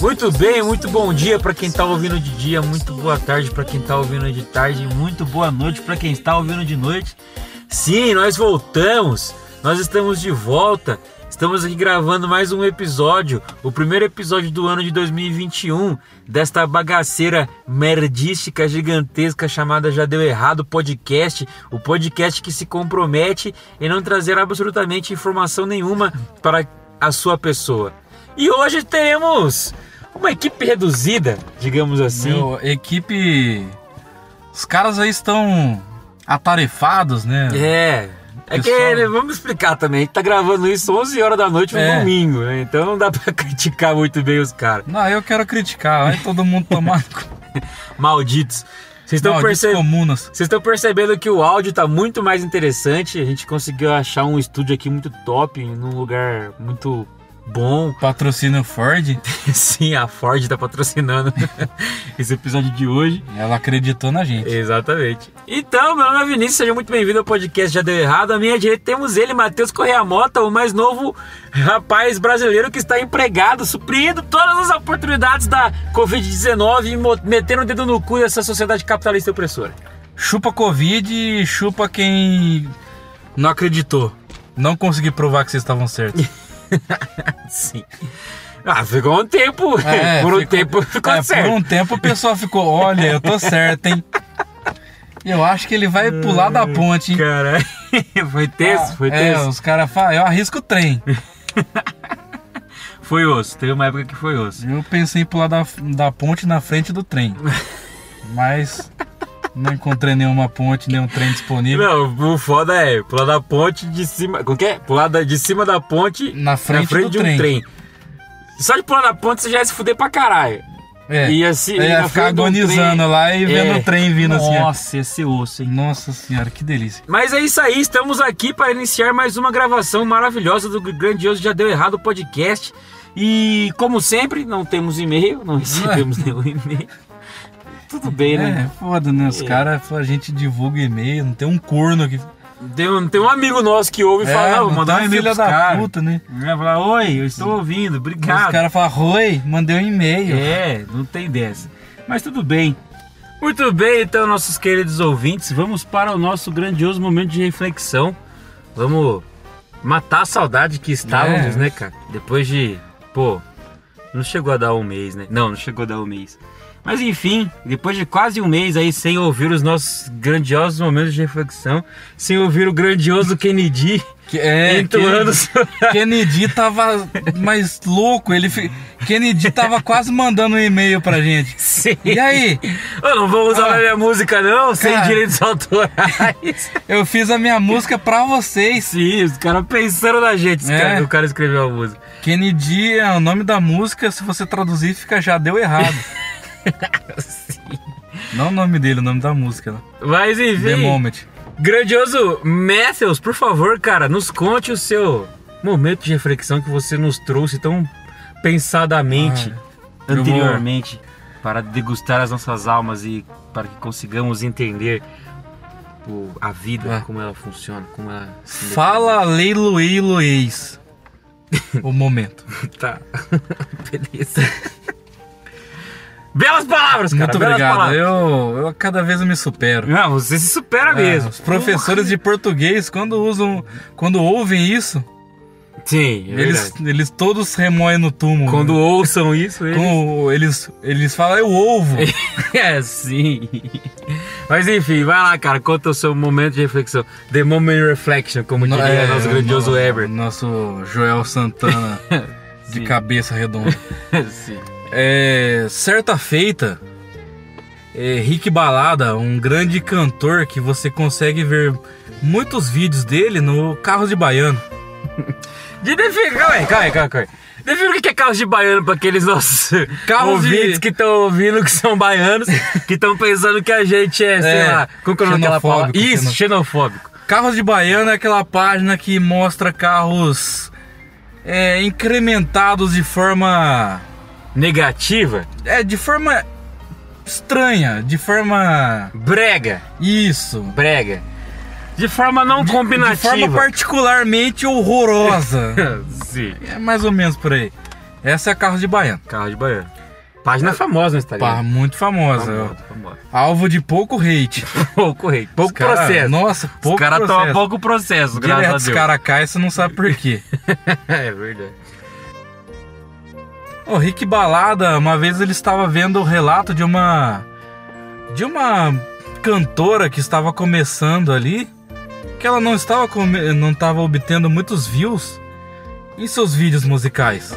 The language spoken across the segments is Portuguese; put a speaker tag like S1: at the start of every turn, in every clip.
S1: Muito bem, muito bom dia para quem tá ouvindo de dia, muito boa tarde para quem tá ouvindo de tarde, muito boa noite para quem está ouvindo de noite. Sim, nós voltamos. Nós estamos de volta. Estamos aqui gravando mais um episódio, o primeiro episódio do ano de 2021 desta bagaceira merdística gigantesca chamada Já Deu Errado Podcast, o podcast que se compromete em não trazer absolutamente informação nenhuma para a sua pessoa. E hoje teremos uma equipe reduzida, digamos assim.
S2: Meu, equipe. Os caras aí estão atarefados, né?
S1: É. É que,
S2: Pessoal.
S1: né, vamos explicar também, a gente tá gravando isso 11 horas da noite no
S2: É.
S1: domingo, né? Então não dá pra criticar muito bem os caras.
S2: Não, eu quero criticar. Vai todo mundo tomar no cu.
S1: Malditos. Vocês estão
S2: Malditos
S1: percebendo...
S2: comunas.
S1: Vocês estão percebendo que o áudio tá muito mais interessante. A gente conseguiu achar um estúdio aqui muito top, num lugar muito bom.
S2: Patrocina Ford.
S1: Sim, a Ford tá patrocinando esse episódio de hoje.
S2: Ela acreditou na gente.
S1: Exatamente. Então, meu nome é Vinícius, seja muito bem-vindo ao podcast Já Deu Errado. À minha direita temos ele, Matheus Correia Mota, o mais novo rapaz brasileiro que está empregado, suprindo todas as oportunidades da Covid-19 e mo- metendo o dedo no cu dessa sociedade capitalista opressora.
S2: Chupa Covid e chupa quem não acreditou. Não consegui provar que vocês estavam certos.
S1: Sim. Ah, ficou um tempo.
S2: É,
S1: por um
S2: ficou-
S1: tempo ficou
S2: É,
S1: certo.
S2: Por um tempo o pessoal ficou, olha, eu tô certo, hein? Eu acho que ele vai pular da ponte, hein?
S1: Cara, foi é tenso, foi
S2: É,
S1: tenso.
S2: os caras falam, eu arrisco o trem.
S1: Foi osso. Teve uma época que foi osso.
S2: Eu pensei em pular da, da ponte na frente do trem. Mas não encontrei nenhuma ponte, nenhum trem disponível.
S1: Não, o foda é pular da ponte de cima. Como que é? Pular da- de cima da ponte
S2: Na frente,
S1: na frente
S2: do
S1: de um
S2: trem.
S1: trem. Só de pular da ponte você já ia se fuder pra caralho.
S2: É.
S1: E assim,
S2: Eu
S1: na
S2: ia ficar
S1: frente de um
S2: agonizando
S1: trem-
S2: lá e vendo
S1: É.
S2: o trem vindo assim. ó.
S1: Nossa, esse osso, hein?
S2: Nossa senhora, que delícia.
S1: Mas é isso aí, estamos aqui para iniciar mais uma gravação maravilhosa do grandioso Já Deu Errado podcast. E como sempre, não temos e-mail, não recebemos nenhum e-mail. Tudo bem,
S2: É,
S1: né?
S2: foda, né? Os
S1: É.
S2: caras, a gente divulga e-mail, não tem um corno que
S1: Tem um, tem um amigo nosso que ouve e
S2: É,
S1: fala, não,
S2: não
S1: mandar um
S2: tem
S1: e-mail
S2: filha
S1: pros
S2: da
S1: caras.
S2: puta, né?
S1: É, fala, oi, eu estou ouvindo,
S2: Os
S1: obrigado.
S2: caras falam, oi, mandei um e-mail.
S1: É, não tem dessa. Mas tudo bem. Muito bem, então, nossos queridos ouvintes, vamos para o nosso grandioso momento de reflexão. Vamos matar a saudade que estávamos,
S2: É.
S1: né, cara? Depois de. Pô, não chegou a dar um mês, né? Não, não chegou a dar um mês. Mas enfim, depois de quase um mês aí sem ouvir os nossos grandiosos momentos de reflexão, sem ouvir o grandioso Kennedy
S2: Que- é
S1: entoando
S2: que-
S1: sua-
S2: Kennedy tava mais louco, ele fi- Kennedy tava quase mandando um e-mail pra gente.
S1: Sim.
S2: E aí?
S1: Eu não vou usar
S2: Ah.
S1: a minha música, não, sem
S2: Cara.
S1: direitos autorais.
S2: Eu fiz a minha música pra vocês.
S1: Sim, os caras pensando na gente, esse
S2: É.
S1: cara, o cara escreveu a música.
S2: Kennedy é o nome da música, se você traduzir fica já deu errado. Não o nome dele, o nome da música. né?
S1: Mas enfim,
S2: The Moment.
S1: grandioso Matthews, por favor, cara, nos conte o seu momento de reflexão que você nos trouxe tão pensadamente
S2: Ah, eu vou-
S1: Ah, anteriormente para degustar as nossas almas e para que consigamos entender o- a vida,
S2: Ah.
S1: como ela funciona, como ela se
S2: é. Fala Leiloei Luiz. O momento.
S1: Tá. Beleza. Belas palavras, cara.
S2: Muito
S1: belas
S2: obrigado.
S1: palavras.
S2: Eu, eu cada vez eu me supero.
S1: Não, você se supera mesmo.
S2: Ah, os professores de português, quando usam, quando ouvem isso,
S1: Sim, é
S2: eles,
S1: verdade.
S2: eles todos remoem no túmulo. né?
S1: Quando ouçam isso, eles...
S2: Com- eles, eles falam, eu ovo.
S1: É, sim. Mas enfim, vai lá, cara. Conta o seu momento de reflexão. The moment reflection, como diria é nosso grandioso
S2: é, no-
S1: Herbert.
S2: Nosso Joel Santana de
S1: Sim.
S2: cabeça redonda.
S1: sim.
S2: É, certa feita, é, Rick Balada, um grande cantor que você consegue ver muitos vídeos dele no Carros de Baiano.
S1: De definir... Calma aí, calma aí, calma aí. Defina o que é carros de baiano para aqueles nossos
S2: Carros de-
S1: ouvintes que estão ouvindo que são baianos, que estão pensando que a gente é, sei
S2: É,
S1: lá, como que é o nome daquela palavra?
S2: xenofóbico,
S1: Isso, xenofóbico.
S2: Carros de Baiano é aquela página que mostra carros é, incrementados de forma.
S1: Negativa,
S2: É, de forma estranha, de forma.
S1: brega,
S2: Isso.
S1: brega. De forma não
S2: De
S1: combinativa.
S2: forma particularmente horrorosa.
S1: sim.
S2: É mais ou menos por aí. Essa é a carro de baiano.
S1: Carro de baiano. Página famosa no Instagram.
S2: Pá, muito famosa.
S1: famosa, famosa.
S2: Alvo de pouco hate.
S1: Pouco rei, pouco
S2: Os cara-
S1: processo.
S2: Nossa, pouco
S1: os caras
S2: processo.
S1: tomam pouco processo, graças
S2: Direto,
S1: a
S2: os
S1: Deus.
S2: caras caem e você não sabe por quê.
S1: é verdade.
S2: O Rick Balada, uma vez ele estava vendo o relato de uma de uma cantora que estava começando ali, que ela não estava come- não estava obtendo muitos views em seus vídeos musicais.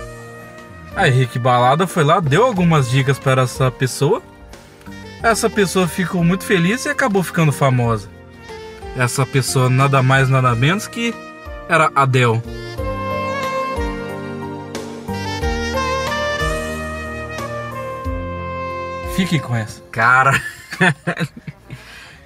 S2: Aí Rick Balada foi lá, deu algumas dicas para essa pessoa. Essa pessoa ficou muito feliz e acabou ficando famosa. Essa pessoa nada mais nada menos que era Adele. Fiquem com essa.
S1: Cara.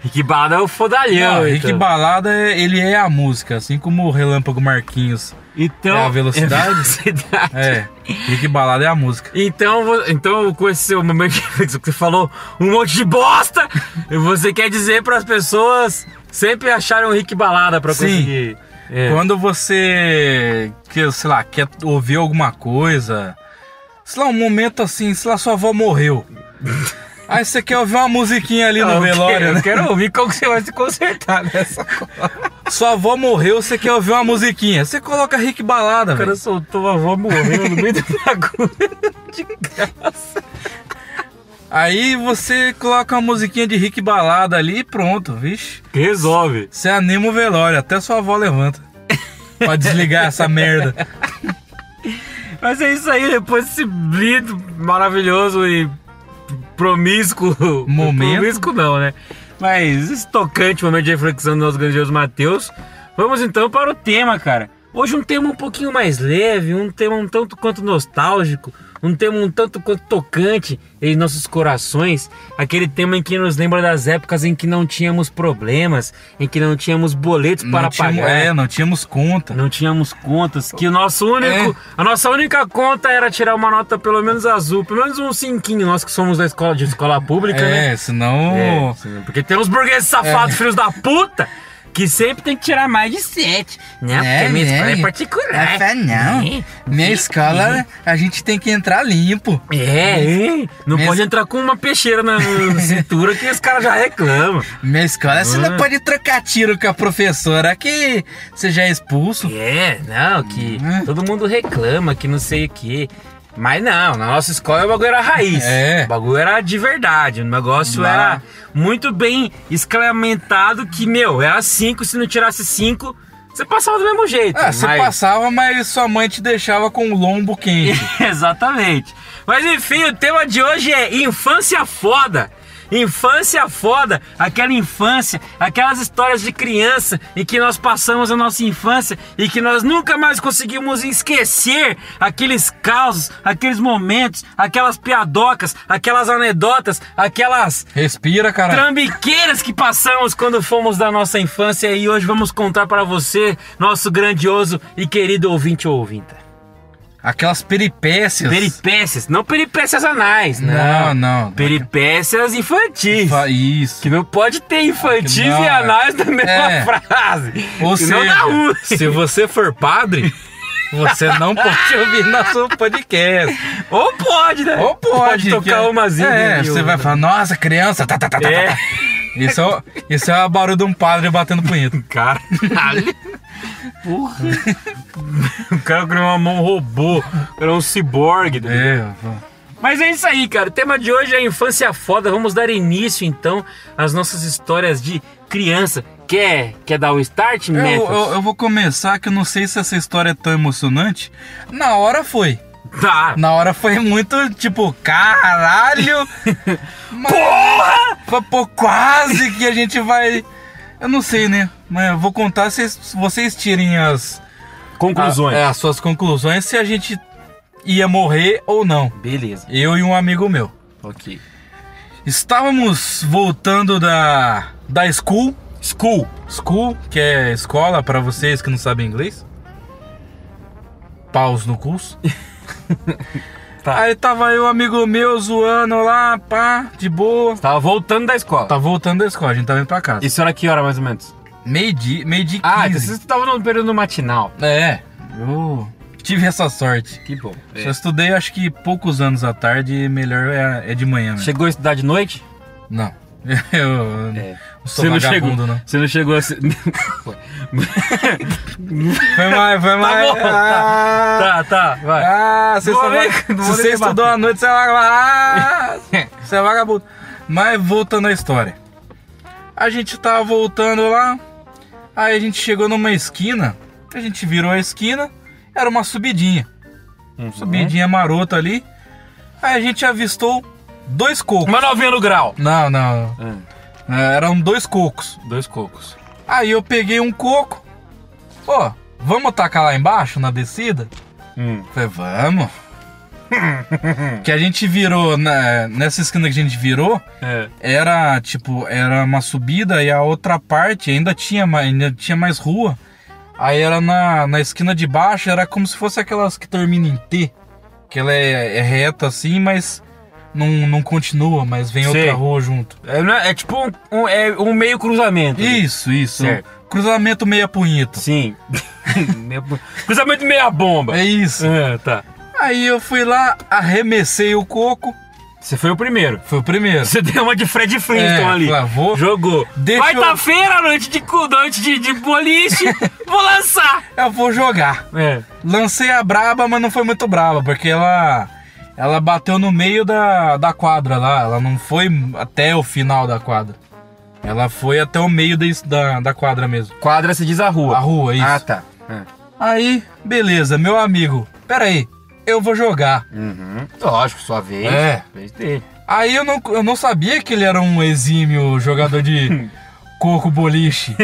S1: Rick Balada é o fodalhão.
S2: Não,
S1: então.
S2: Rick Balada, é- ele é a música, assim como o Relâmpago Marquinhos.
S1: Então,
S2: é a velocidade?
S1: É a velocidade.
S2: É, Rick Balada é a música.
S1: Então, vo- então, com esse seu momento que você falou um monte de bosta, você quer dizer para as pessoas sempre acharem o Rick Balada pra
S2: Sim.
S1: conseguir. É.
S2: Quando você, que, sei lá, quer ouvir alguma coisa, sei lá, um momento assim, sei lá, sua avó morreu. Aí você quer ouvir uma musiquinha ali
S1: Ah,
S2: no
S1: eu quero-
S2: velório,
S1: Eu
S2: né?
S1: quero ouvir como que você vai se consertar né? nessa
S2: Sua avó morreu, você quer ouvir uma musiquinha. Você coloca Rick Balada,
S1: O cara
S2: velho.
S1: soltou a avó morrendo no meio do bagulho.
S2: Aí você coloca uma musiquinha de Rick Balada ali e pronto, vixe.
S1: Resolve.
S2: Você anima o velório, até sua avó levanta. pra desligar essa merda.
S1: Mas é isso aí, depois desse lindo, maravilhoso e promíscuo.
S2: Momento.
S1: Promíscuo não, né? Mas esse tocante momento de reflexão do nosso grandioso Matheus. Vamos então para o tema, cara. Hoje um tema um pouquinho mais leve, um tema um tanto quanto nostálgico, um tema um tanto quanto tocante em nossos corações, aquele tema em que nos lembra das épocas em que não tínhamos problemas, em que não tínhamos boletos para
S2: não tínhamos,
S1: pagar.
S2: é, não tínhamos conta.
S1: Não tínhamos contas, que o nosso único,
S2: É.
S1: a nossa única conta era tirar uma nota pelo menos azul, pelo menos um cinquinho, nós que somos da escola de escola pública, né?
S2: É, senão.
S1: É, sim, porque tem uns burgueses safados, filhos da puta, que sempre tem que tirar mais de sete, né? Porque
S2: É,
S1: a minha
S2: né?
S1: escola é particular.
S2: Essa não.
S1: né?
S2: Minha escola, é- a gente tem que entrar limpo.
S1: É, é. não
S2: Minha
S1: pode
S2: es-
S1: entrar com uma peixeira na na cintura que os caras já reclamam.
S2: Minha escola, você
S1: Ah.
S2: não pode trocar tiro com a professora que você já é expulso.
S1: É, não, que
S2: Hum.
S1: todo mundo reclama que não sei o que. Mas não, na nossa escola o bagulho era raiz.
S2: É.
S1: O bagulho era de verdade. O negócio
S2: Não.
S1: era muito bem esclamentado que, meu, era cinco, se não tirasse cinco, você passava do mesmo jeito.
S2: Ah, você
S1: mas-
S2: passava, mas sua mãe te deixava com o lombo quente.
S1: Exatamente. Mas enfim, o tema de hoje é infância foda. Infância foda, aquela infância, aquelas histórias de criança em que nós passamos a nossa infância e que nós nunca mais conseguimos esquecer aqueles causos, aqueles momentos, aquelas piadocas, aquelas anedotas, aquelas
S2: Respira, cara.
S1: trambiqueiras que passamos quando fomos da nossa infância e hoje vamos contar para você, nosso grandioso e querido ouvinte ou ouvinta.
S2: Aquelas peripécias.
S1: Peripécias, não peripécias anais, não.
S2: Não, não.
S1: Peripécias infantis.
S2: Fa- Isso.
S1: Que não pode ter infantis
S2: Que não,
S1: e anais na mesma
S2: é.
S1: frase.
S2: Ou
S1: Que
S2: seja,
S1: não dá um. ruim.
S2: se você for padre, você não pode ouvir nosso podcast.
S1: Ou pode, né?
S2: Ou pode,
S1: tocar
S2: que-
S1: umazinha.
S2: É,
S1: ali,
S2: você
S1: ou-
S2: vai falar, nossa, criança. Tá, tá, tá, tá, tá.
S1: É,
S2: Isso é, o- isso é o barulho de um padre batendo punheta.
S1: cara. Porra. O cara criou uma mão robô. Era um ciborgue. né?
S2: É,
S1: Mas é isso aí, cara. O tema de hoje é a infância foda. Vamos dar início, então, às nossas histórias de criança. Quer, quer dar o start,
S2: eu,
S1: Matheus?
S2: eu- eu vou começar que eu não sei se essa história é tão emocionante. Na hora foi.
S1: Tá.
S2: Na hora foi muito tipo, caralho!
S1: Porra!
S2: Foi, pô, quase que a gente vai. Eu não sei, né? Mas eu vou contar se vocês tirem as,
S1: Conclusões.
S2: a- é, as suas conclusões se a gente ia morrer ou não.
S1: Beleza.
S2: Eu e um amigo meu.
S1: Ok.
S2: Estávamos voltando da, da school. School. School, que é escola para vocês que não sabem inglês. Paus no curso.
S1: Tá.
S2: Aí tava eu, amigo meu, zoando lá, pá, de boa.
S1: Tava voltando da escola.
S2: Tá voltando da escola, a gente tava indo pra casa.
S1: Isso era que hora, mais ou menos?
S2: Meio dia, meio dia e
S1: Ah, então
S2: 15.
S1: vocês estavam no período matinal.
S2: É, eu tive essa sorte.
S1: Que bom. É.
S2: Só estudei acho que poucos anos à tarde e melhor é, é de manhã mesmo.
S1: Chegou a estudar de noite?
S2: Não. Eu
S1: É.
S2: não Hum. sou vagabundo, né? não.
S1: Você não chegou assim? a. se-
S2: Foi mais, foi mais.
S1: Tá bom,
S2: ah,
S1: tá, tá, vai.
S2: Ah, você,
S1: Não
S2: só
S1: vou
S2: vai-
S1: nem-
S2: se
S1: não vou
S2: você
S1: nem
S2: estudou
S1: debater.
S2: à noite, você é vagabundo. Ah, você é vagabundo. Mas voltando à história. A gente tava voltando lá, aí a gente chegou numa esquina, a gente virou a esquina, era uma subidinha.
S1: Uhum.
S2: Subidinha marota ali. Aí a gente avistou dois cocos.
S1: Uma novinha no grau.
S2: Não, não. É, Eram dois cocos.
S1: Dois cocos.
S2: Aí eu peguei um coco. Pô, vamos tacar lá embaixo na descida?
S1: Hum.
S2: Falei, vamos. que a gente virou, na- nessa esquina que a gente virou,
S1: É.
S2: era tipo, era uma subida e a outra parte ainda tinha, ma- ainda tinha mais rua. Aí era na, na esquina de baixo, era como se fosse aquelas que terminam em T. Que ela é, é reta assim, mas não, não continua, mas vem
S1: Sei.
S2: outra rua junto.
S1: É, não é- é tipo um, um- é um meio cruzamento.
S2: Isso, isso.
S1: Certo.
S2: Cruzamento meia punheta.
S1: Sim. Meia bo- cruzamento meia bomba.
S2: É isso.
S1: É, tá.
S2: Aí eu fui lá, arremessei o coco.
S1: Você foi o primeiro.
S2: Foi o primeiro.
S1: Você deu uma de Fred Flintstone
S2: É,
S1: então ali.
S2: falei, vou-
S1: Jogou.
S2: Deixa eu-
S1: Quarta-feira, noite de cu, noite de, de boliche, vou lançar.
S2: Eu vou jogar.
S1: É.
S2: Lancei a braba, mas não foi muito braba, porque ela ela bateu no meio da, da quadra lá. Ela não foi até o final da quadra. Ela foi até o meio da, es- da, da quadra mesmo.
S1: Quadra se diz a rua.
S2: A rua, isso. É.
S1: Ah, tá.
S2: Aí, beleza, meu amigo. Pera aí, eu vou jogar.
S1: Uhum. Lógico, sua vez.
S2: É.
S1: Vez dele.
S2: Aí eu não, eu não sabia que ele era um exímio jogador de coco boliche.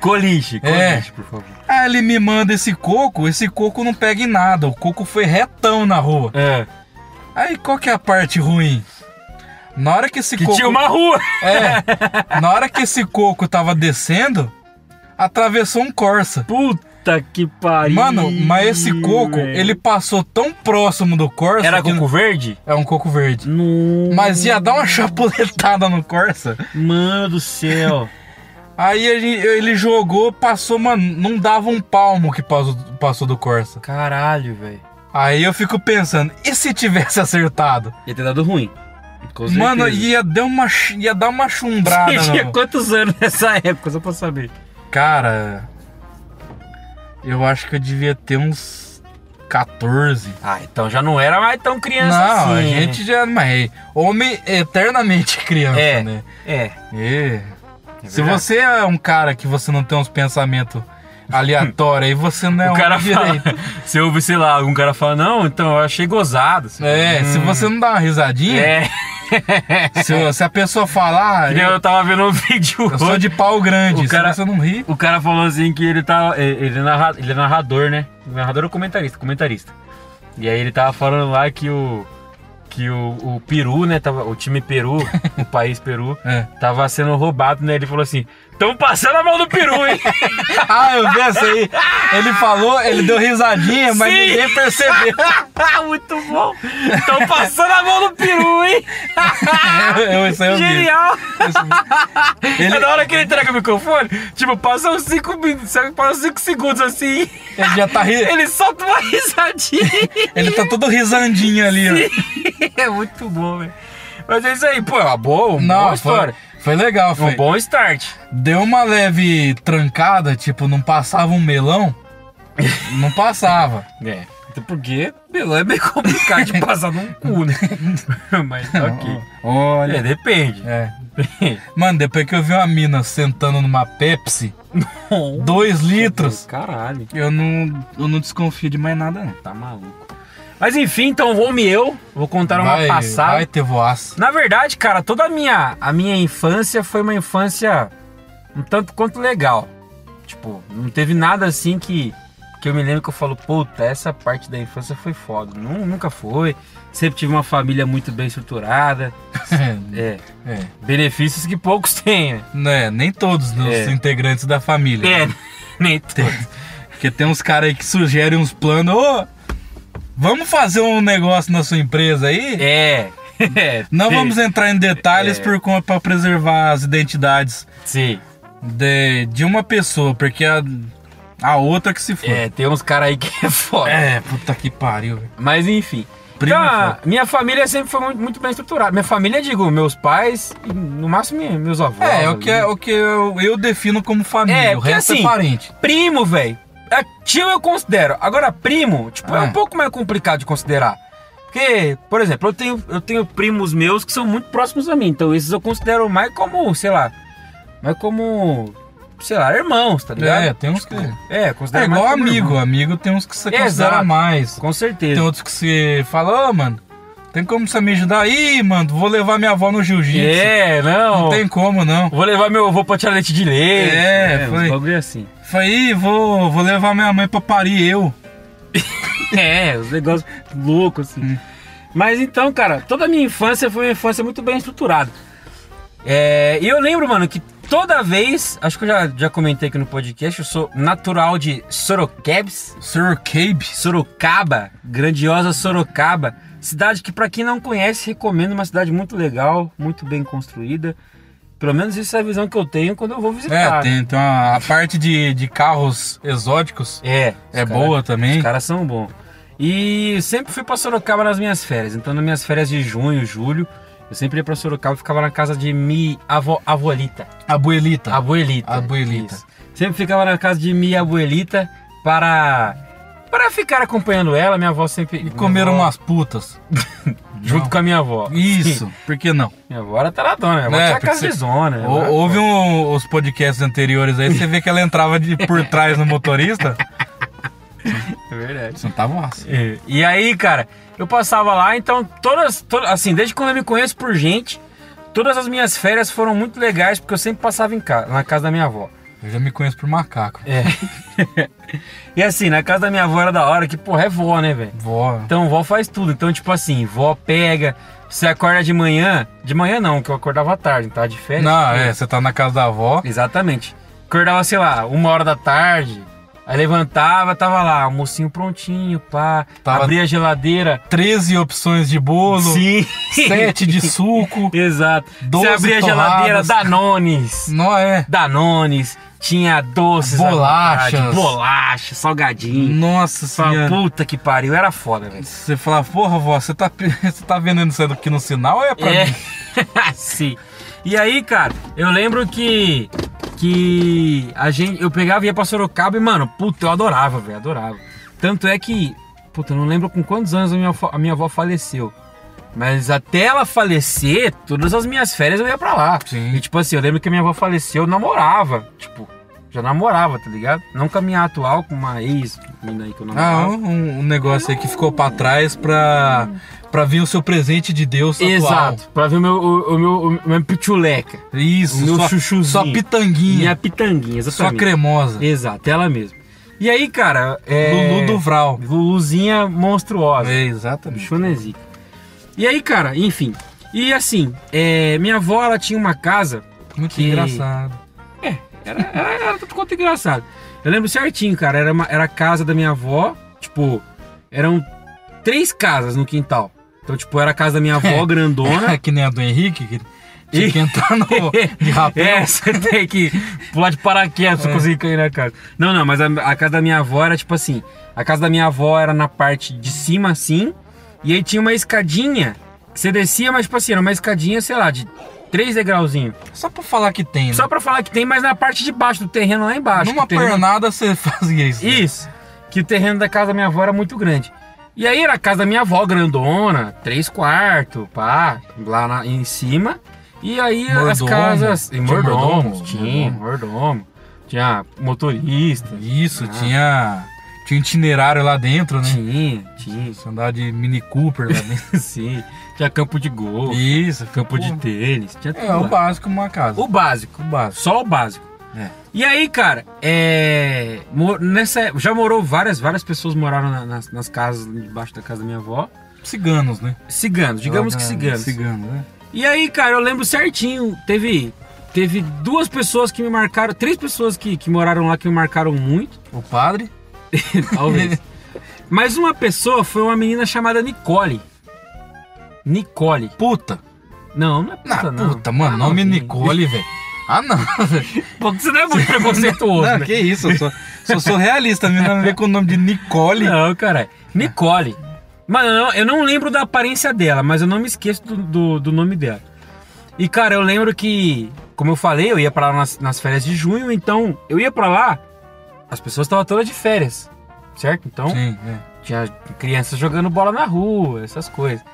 S1: Coliche,
S2: É.
S1: coliche, por favor.
S2: Aí ele me manda esse coco, esse coco não pega em nada, o coco foi retão na rua.
S1: É.
S2: Aí qual que é a parte ruim? Na hora que esse
S1: Que
S2: coco.
S1: tinha uma rua.
S2: É, na hora que esse coco tava descendo, atravessou um Corsa.
S1: Puta que pariu.
S2: Mano, mas esse coco,
S1: velho.
S2: ele passou tão próximo do Corsa.
S1: Era
S2: que-
S1: coco verde?
S2: É um coco verde.
S1: Não.
S2: Mas ia dar uma chapuletada no Corsa.
S1: Mano do céu.
S2: Aí ele, ele jogou, passou, mano, não dava um palmo que passou, passou do Corsa.
S1: Caralho, velho.
S2: Aí eu fico pensando, e se tivesse acertado?
S1: Ia ter dado ruim.
S2: Mano, ia, deu uma, chu- ia dar uma chumbrada.
S1: Você tinha
S2: no-
S1: quantos anos nessa época, só pra saber?
S2: Cara, eu acho que eu devia ter uns 14.
S1: Ah, então já não era mais tão criança
S2: Não,
S1: assim.
S2: a
S1: né?
S2: gente já. Mas homem eternamente criança,
S1: É.
S2: né?
S1: É.
S2: E-
S1: É
S2: se
S1: verdade.
S2: você é um cara que você não tem uns pensamentos aleatórios, aí você não é
S1: o
S2: um
S1: cara fala,
S2: direito.
S1: você ouve, sei lá, algum cara fala, não, então eu achei gozado. Você
S2: É,
S1: fala,
S2: se
S1: "Hum,
S2: você não dá uma risadinha,
S1: É,
S2: se, se a pessoa falar,
S1: que nem
S2: eu,
S1: eu tava vendo um vídeo
S2: eu sou
S1: hoje,
S2: de pau grande,
S1: O cara-
S2: se você não ri,
S1: o cara falou assim que ele tá, ele ele é narra- ele é narrador, né? Narrador ou comentarista? Comentarista. E aí ele tava falando lá que o, que o, o Peru, né, tava, o time Peru, o país Peru,
S2: é.
S1: tava sendo roubado, né? Ele falou assim, tão passando a mão do Peru, hein?
S2: Ah, eu vi essa aí. Ele falou, ele deu risadinha, mas
S1: Sim.
S2: ninguém percebeu.
S1: Muito bom! Estão passando a mão no peru, hein?
S2: Eu, isso aí eu vi.
S1: Genial!
S2: Ele-
S1: É na hora que ele entrega o microfone, tipo, passam 5 passam cinco segundos assim,
S2: Ele já tá ri... ele...
S1: ele solta uma risadinha.
S2: tá todo risandinho ali, ó.
S1: é muito bom, velho. Mas é isso aí, pô, é uma boa, uma boa
S2: Não, foi,
S1: história.
S2: foi legal, foi.
S1: Um bom start.
S2: Deu uma leve trancada, tipo, não passava um melão. Não passava.
S1: É. Até porque, melão é meio complicado de passar num cu, né? Mas ok. É,
S2: Olha.
S1: depende.
S2: É. Mano, depois que eu vi uma mina sentando numa Pepsi,
S1: Dois
S2: dois litros,
S1: Caralho.
S2: eu não, eu não desconfio de mais nada, não.
S1: Tá maluco. Mas enfim, então vou me eu, vou contar uma
S2: vai,
S1: passada.
S2: vai ter voaço.
S1: Na verdade, cara, toda a minha, a minha infância foi uma infância um tanto quanto legal. Tipo, não teve nada assim que, que eu me lembro que eu falo, puta, essa parte da infância foi foda. Nu- nunca foi. Sempre tive uma família muito bem estruturada. É,
S2: é.
S1: benefícios que poucos têm, né?
S2: Né, nem todos os
S1: É.
S2: integrantes da família.
S1: É, nem tem.
S2: Porque tem uns caras aí que sugerem uns planos, ô, vamos fazer um negócio na sua empresa aí?
S1: É. é,
S2: Não
S1: sim,
S2: vamos entrar em detalhes
S1: É.
S2: por conta para preservar as identidades
S1: Sim.
S2: de, de uma pessoa, porque a- A outra que se foi.
S1: É, tem uns caras aí que é foda.
S2: É, puta que pariu, velho.
S1: Mas enfim.
S2: Primo
S1: Então,
S2: é foda.
S1: minha família sempre foi muito, muito bem estruturada. Minha família, digo, meus pais, e no máximo minha- meus avós.
S2: É, o
S1: ali.
S2: que, é- o que eu, eu defino como
S1: É,
S2: família. o
S1: porque
S2: resto é
S1: assim-
S2: parente.
S1: Primo, velho. É, tio eu considero. Agora, primo, tipo, é
S2: É.
S1: um pouco mais complicado de considerar. Porque, por exemplo, eu tenho, eu tenho primos meus que são muito próximos a mim. Então, esses eu considero mais como, sei lá, mais como, sei lá, irmãos, tá ligado?
S2: É, tem uns que.
S1: É,
S2: É
S1: considero mais
S2: igual
S1: como
S2: amigo.
S1: irmão.
S2: Amigo tem uns que você
S1: É,
S2: considera
S1: exato.
S2: mais.
S1: Com certeza.
S2: Tem outros que você fala, ô, mano, tem como você me ajudar? aí mano, vou levar minha avó no jiu-jitsu.
S1: É, não.
S2: Não tem como, não.
S1: Vou levar meu avô pra tirar leite de leite.
S2: É, foi.
S1: Uns bagulho assim.
S2: Falei, "Ih, vou, vou levar minha mãe pra parir eu.
S1: É, os negócios loucos, assim.
S2: Hum.
S1: Mas então, cara, toda a minha infância foi uma infância muito bem estruturada. É, e eu lembro, mano, que toda vez, acho que eu já, já comentei aqui no podcast, eu sou natural de Sorocabes,
S2: Sir Cabe.
S1: Sorocaba, grandiosa Sorocaba, cidade que pra quem não conhece, recomendo, uma cidade muito legal, muito bem construída. Pelo menos essa é a visão que eu tenho quando eu vou
S2: É,
S1: visitar.
S2: tem, tem uma, a parte de, de carros exóticos
S1: É, os
S2: é
S1: caras-
S2: boa também.
S1: Os caras são bons. E sempre fui pra Sorocaba nas minhas férias. Então, nas minhas férias de junho, julho, eu sempre ia pra Sorocaba e ficava na casa de mi avó, abuelita.
S2: Abuelita.
S1: Abuelita.
S2: Tá. Abuelita.
S1: Isso. Sempre ficava na casa de mi abuelita para. Para ficar acompanhando ela, minha avó sempre.
S2: E comeram
S1: minha avó-
S2: umas putas.
S1: Junto com a minha avó.
S2: Isso,
S1: Sim.
S2: por que não?
S1: Minha avó era taradona, minha avó
S2: É,
S1: tinha
S2: porque
S1: casa de
S2: você-
S1: zona. né?
S2: Ou-
S1: ela-
S2: Houve um- os podcasts anteriores aí, você vê que ela entrava de, por trás no motorista.
S1: É
S2: um
S1: verdade.
S2: Sentava o aço.
S1: É, E aí, cara, eu passava lá, então todas, to- assim, desde quando eu me conheço por gente, todas as minhas férias foram muito legais porque eu sempre passava em casa, na casa da minha avó.
S2: Eu já me conheço por macaco.
S1: É. e assim, na casa da minha avó era da hora, que porra, é vó, né, velho?
S2: Vó.
S1: Então, vó faz tudo. Então, tipo assim, vó pega, você acorda de manhã, de manhã não, que eu acordava à tarde, tá de férias.
S2: Não, é, você tá na casa da avó.
S1: Exatamente. Acordava, sei lá, uma hora da tarde, aí levantava, tava lá, almocinho prontinho, pá,
S2: Tava-
S1: abria a geladeira,
S2: 13 opções de bolo,
S1: Sim.
S2: 7 de suco.
S1: Exato.
S2: Doze
S1: Você abria a geladeira,
S2: torradas.
S1: Danones.
S2: Não é.
S1: Danones. Tinha doces. à
S2: Bolachas. Hum,
S1: vontade, Bolacha, salgadinho.
S2: Nossa
S1: Só
S2: senhora.
S1: puta que pariu. Era foda, velho.
S2: Você fala, porra, vó, você tá, pe- você tá vendendo isso aqui no sinal ou é pra
S1: É.
S2: mim?
S1: Sim. E aí, cara, eu lembro que. Que a gente. Eu pegava e ia pra Sorocaba e, mano, puta, eu adorava, velho. Adorava. Tanto é que. Puta, eu não lembro com quantos anos a minha, avó- a minha avó faleceu. Mas até ela falecer, todas as minhas férias eu ia pra lá.
S2: Sim.
S1: E tipo assim, eu lembro que a minha avó faleceu, eu namorava. Tipo, já namorava, tá ligado? Não com a minha atual, com uma ex, menina aí que eu
S2: Ah,
S1: namorava.
S2: um, um negócio aí que ficou pra trás pra, pra vir o seu presente de Deus atual.
S1: Exato, pra ver o meu, o, o meu, o meu pituleca,
S2: Isso,
S1: O meu
S2: sua,
S1: chuchuzinho.
S2: sua
S1: minha
S2: pitanguinha,
S1: pitanguinha,
S2: sua
S1: exatamente.
S2: cremosa.
S1: Exato, ela mesma. E aí, cara, é...
S2: Lulu do Vral.
S1: Luluzinha monstruosa.
S2: É, exatamente.
S1: Bichona é zica. E aí, cara, enfim. E assim, é, minha avó, ela tinha uma casa
S2: Muito
S1: Que-
S2: engraçado.
S1: Era, era, era tudo quanto engraçado. Eu lembro certinho, cara. Era, uma- era a casa da minha avó. Tipo, eram três casas no quintal. Então, tipo, era a casa da minha avó, grandona.
S2: que nem a do Henrique, que tinha
S1: E-
S2: que entrar no, de rapel.
S1: É, você tem que pular de paraquedas pra
S2: É.
S1: conseguir cair na casa. Não, não, mas a, a casa da minha avó era tipo assim: a casa da minha avó era na parte de cima, assim, e aí tinha uma escadinha. que Você descia, mas tipo assim, era uma escadinha, sei lá, de três degrauzinhos.
S2: Só pra falar que tem, né?
S1: Só pra falar que tem, mas na parte de baixo do terreno lá embaixo. que
S2: Numa
S1: o terreno-
S2: pernada você fazia isso. né?
S1: Isso. Que o terreno da casa da minha avó era muito grande. E aí era a casa da minha avó, grandona, três quartos, pá, lá na- em cima. E aí as
S2: Mordomo.
S1: casas. E
S2: Tinha
S1: mordomos,
S2: mordomo?
S1: tinha, mordomo. Tinha motorista,
S2: Isso,
S1: Ah.
S2: tinha. Tinha um itinerário lá dentro, né?
S1: tinha, tinha,
S2: Você andava de Mini Cooper lá dentro.
S1: sim. Tinha campo de gol,
S2: Isso,
S1: campo de
S2: porra.
S1: tênis, tinha tudo.
S2: É, o
S1: lá.
S2: básico uma casa.
S1: o básico.
S2: O básico.
S1: Só o básico.
S2: É.
S1: E aí, cara, é, mo- nessa, já morou várias, várias pessoas moraram na- nas, nas casas, debaixo da casa da minha avó.
S2: Ciganos, né?
S1: Ciganos, digamos
S2: Ela-
S1: que ciganos.
S2: Ciganos, né?
S1: E aí, cara, eu lembro certinho, teve teve duas pessoas que me marcaram, três pessoas que, que moraram lá que me marcaram muito,
S2: O padre.
S1: talvez. Mas uma pessoa foi uma menina chamada Nicole. Nicole.
S2: Puta.
S1: Não, não é
S2: Na
S1: puta, não.
S2: puta, mano.
S1: Ah,
S2: nome
S1: não.
S2: Nicole, velho. Ah, não.
S1: Pô, você não é muito preconceituoso,
S2: não,
S1: né?
S2: que isso, eu sou, sou, sou realista. A menina me vê com o nome de Nicole.
S1: Não, cara. Nicole. Mano, eu não, eu não lembro da aparência dela, mas eu não me esqueço do, do, do nome dela. E, cara, eu lembro que, como eu falei, eu ia pra lá nas, nas férias de junho, então eu ia pra lá, as pessoas estavam todas de férias, certo? Então,
S2: Sim, é.
S1: tinha crianças jogando bola na rua, essas coisas.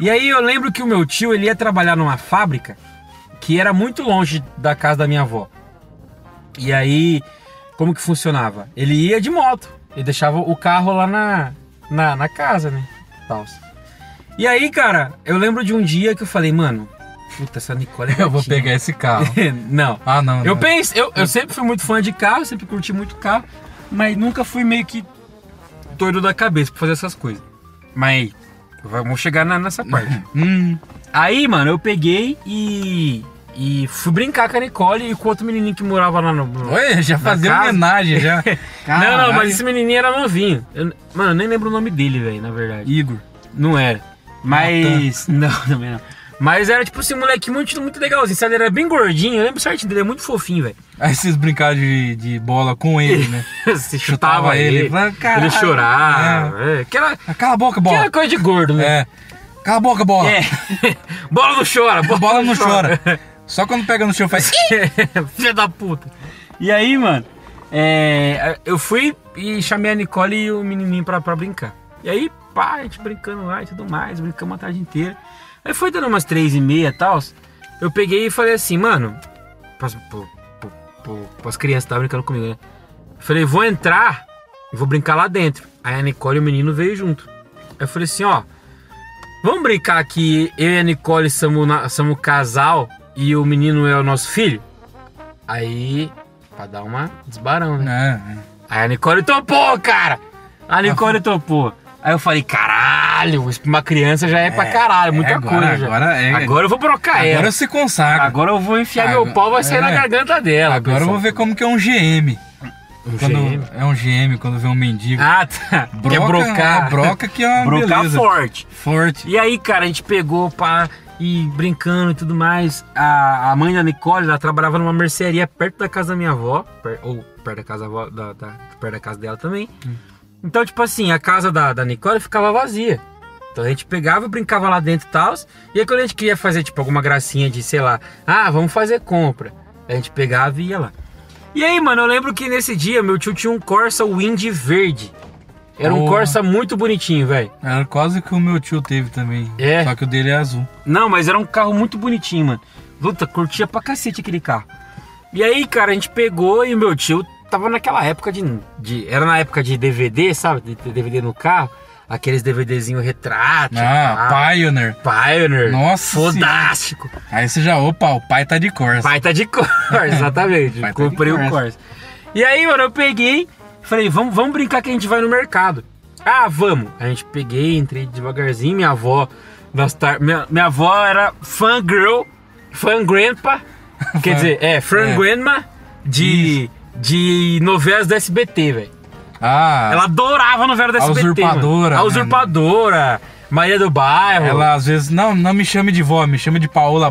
S1: E aí eu lembro que o meu tio, ele ia trabalhar numa fábrica que era muito longe da casa da minha avó. E aí, como que funcionava? Ele ia de moto e deixava o carro lá na, na, na casa, né? Tals. E aí, cara, eu lembro de um dia que eu falei, mano, puta, essa Nicole é
S2: Eu vou
S1: gatinha.
S2: pegar esse carro.
S1: Não.
S2: Ah, não.
S1: Eu
S2: não.
S1: penso, eu, eu sempre fui muito fã de carro, sempre curti muito carro, mas nunca fui meio que doido da cabeça pra fazer essas coisas. Mas vamos chegar na- nessa parte.
S2: Hum,
S1: Aí, mano, eu peguei e. E fui brincar com a Nicole e com outro menininho que morava lá no. no-
S2: Olha, já
S1: Na
S2: fazia
S1: casa?
S2: homenagem já.
S1: Não, não,
S2: Caralho.
S1: mas esse menininho era novinho. Eu- mano, eu nem lembro o nome dele, velho, na verdade.
S2: Igor. Ah, tá.
S1: Não era. Mas. Não, também não. Mas era tipo esse moleque muito, muito legalzinho, sabe? Ele era bem gordinho, eu lembro certinho dele, é muito fofinho, velho.
S2: Aí vocês brincaram de, de bola com ele, né?
S1: Você chutava ele.
S2: falava, "Caralho".
S1: Ele chorava. É. Aquela,
S2: É. Cala a boca,
S1: aquela
S2: bola.
S1: coisa de gordo, né?
S2: É. Cala a boca, bola.
S1: É. bola não chora,
S2: A bola não chora. Só quando pega no chão faz.
S1: Filha da puta. E aí, mano, é, eu fui e chamei a Nicole e o menininho pra, pra brincar. E aí, pá, a gente brincando lá e tudo mais, brincamos a tarde inteira. Aí foi dando umas três e meia e tal. Eu peguei e falei assim, mano, pras, pro, pro, pro- pras crianças que estavam brincando comigo, né? Eu falei, vou entrar e vou brincar lá dentro. Aí a Nicole e o menino veio junto. Aí Eu falei assim, ó, vamos brincar que eu e a Nicole somos, na- somos um casal e o menino é o nosso filho? Aí, pra dar uma desbarão, né?
S2: É,
S1: Aí a Nicole topou, cara! A Nicole topou. Aí eu falei, caralho, isso pra uma criança já é, pra caralho, muita
S2: é agora,
S1: coisa. já.
S2: agora é-
S1: Agora eu vou brocar
S2: é.
S1: ela.
S2: Agora se consagra. Agora,
S1: Agora eu vou enfiar meu
S2: Agora-
S1: pau, vai sair na
S2: é.
S1: garganta dela.
S2: eu vou ver como que é um GM.
S1: Um
S2: Quando-
S1: GM.
S2: É um GM quando vê um mendigo.
S1: Ah, tá. Quer
S2: uma
S1: brocar.
S2: broca que é uma
S1: brocar
S2: beleza.
S1: forte.
S2: Forte.
S1: E aí, cara, a gente pegou, pá, e brincando e tudo mais. A, a mãe da Nicole, ela trabalhava numa mercearia perto da casa da minha avó, per- ou perto da casa da, avó- da- da- perto da casa dela também. Então, tipo assim, a casa da, da Nicole ficava vazia. Então a gente pegava, brincava lá dentro e tal. E aí quando a gente queria fazer, tipo, alguma gracinha de, sei lá, ah, vamos fazer compra. A gente pegava e ia lá. E aí, mano, eu lembro que nesse dia meu tio tinha um Corsa Wind verde. Era um
S2: Oh.
S1: Corsa muito bonitinho, velho.
S2: Era É quase que o meu tio teve também.
S1: É.
S2: Só que o dele é azul.
S1: Não, mas era um carro muito bonitinho, mano. Luta, curtia pra cacete aquele carro. E aí, cara, a gente pegou e o meu tio tava naquela época de. de- era na época de DVD, sabe? De, de DVD no carro. Aqueles DVDzinho retrato.
S2: Ah,
S1: pá,
S2: Pioneer.
S1: Pioneer.
S2: Nossa
S1: Fodástico.
S2: Aí você já, opa, o pai tá de Corsa.
S1: Pai tá de Corsa, exatamente.
S2: Pai tá de
S1: Comprei o
S2: Corsa.
S1: Corsa. E aí, mano, eu peguei, falei, vamos, vamos brincar que a gente vai no mercado. Ah, vamos. A gente peguei, entrei devagarzinho, minha avó. Nós tar... minha, minha avó era fangirl, fan grandpa. quer dizer, é, fan
S2: É.
S1: grandma de, de novelas da SBT, velho.
S2: Ah,
S1: Ela adorava novela da
S2: A
S1: SBT. mano.
S2: usurpadora,
S1: A
S2: né?
S1: usurpadora. Maria do Bairro.
S2: Ela às vezes, não, não me chame de vó, me chame de Paola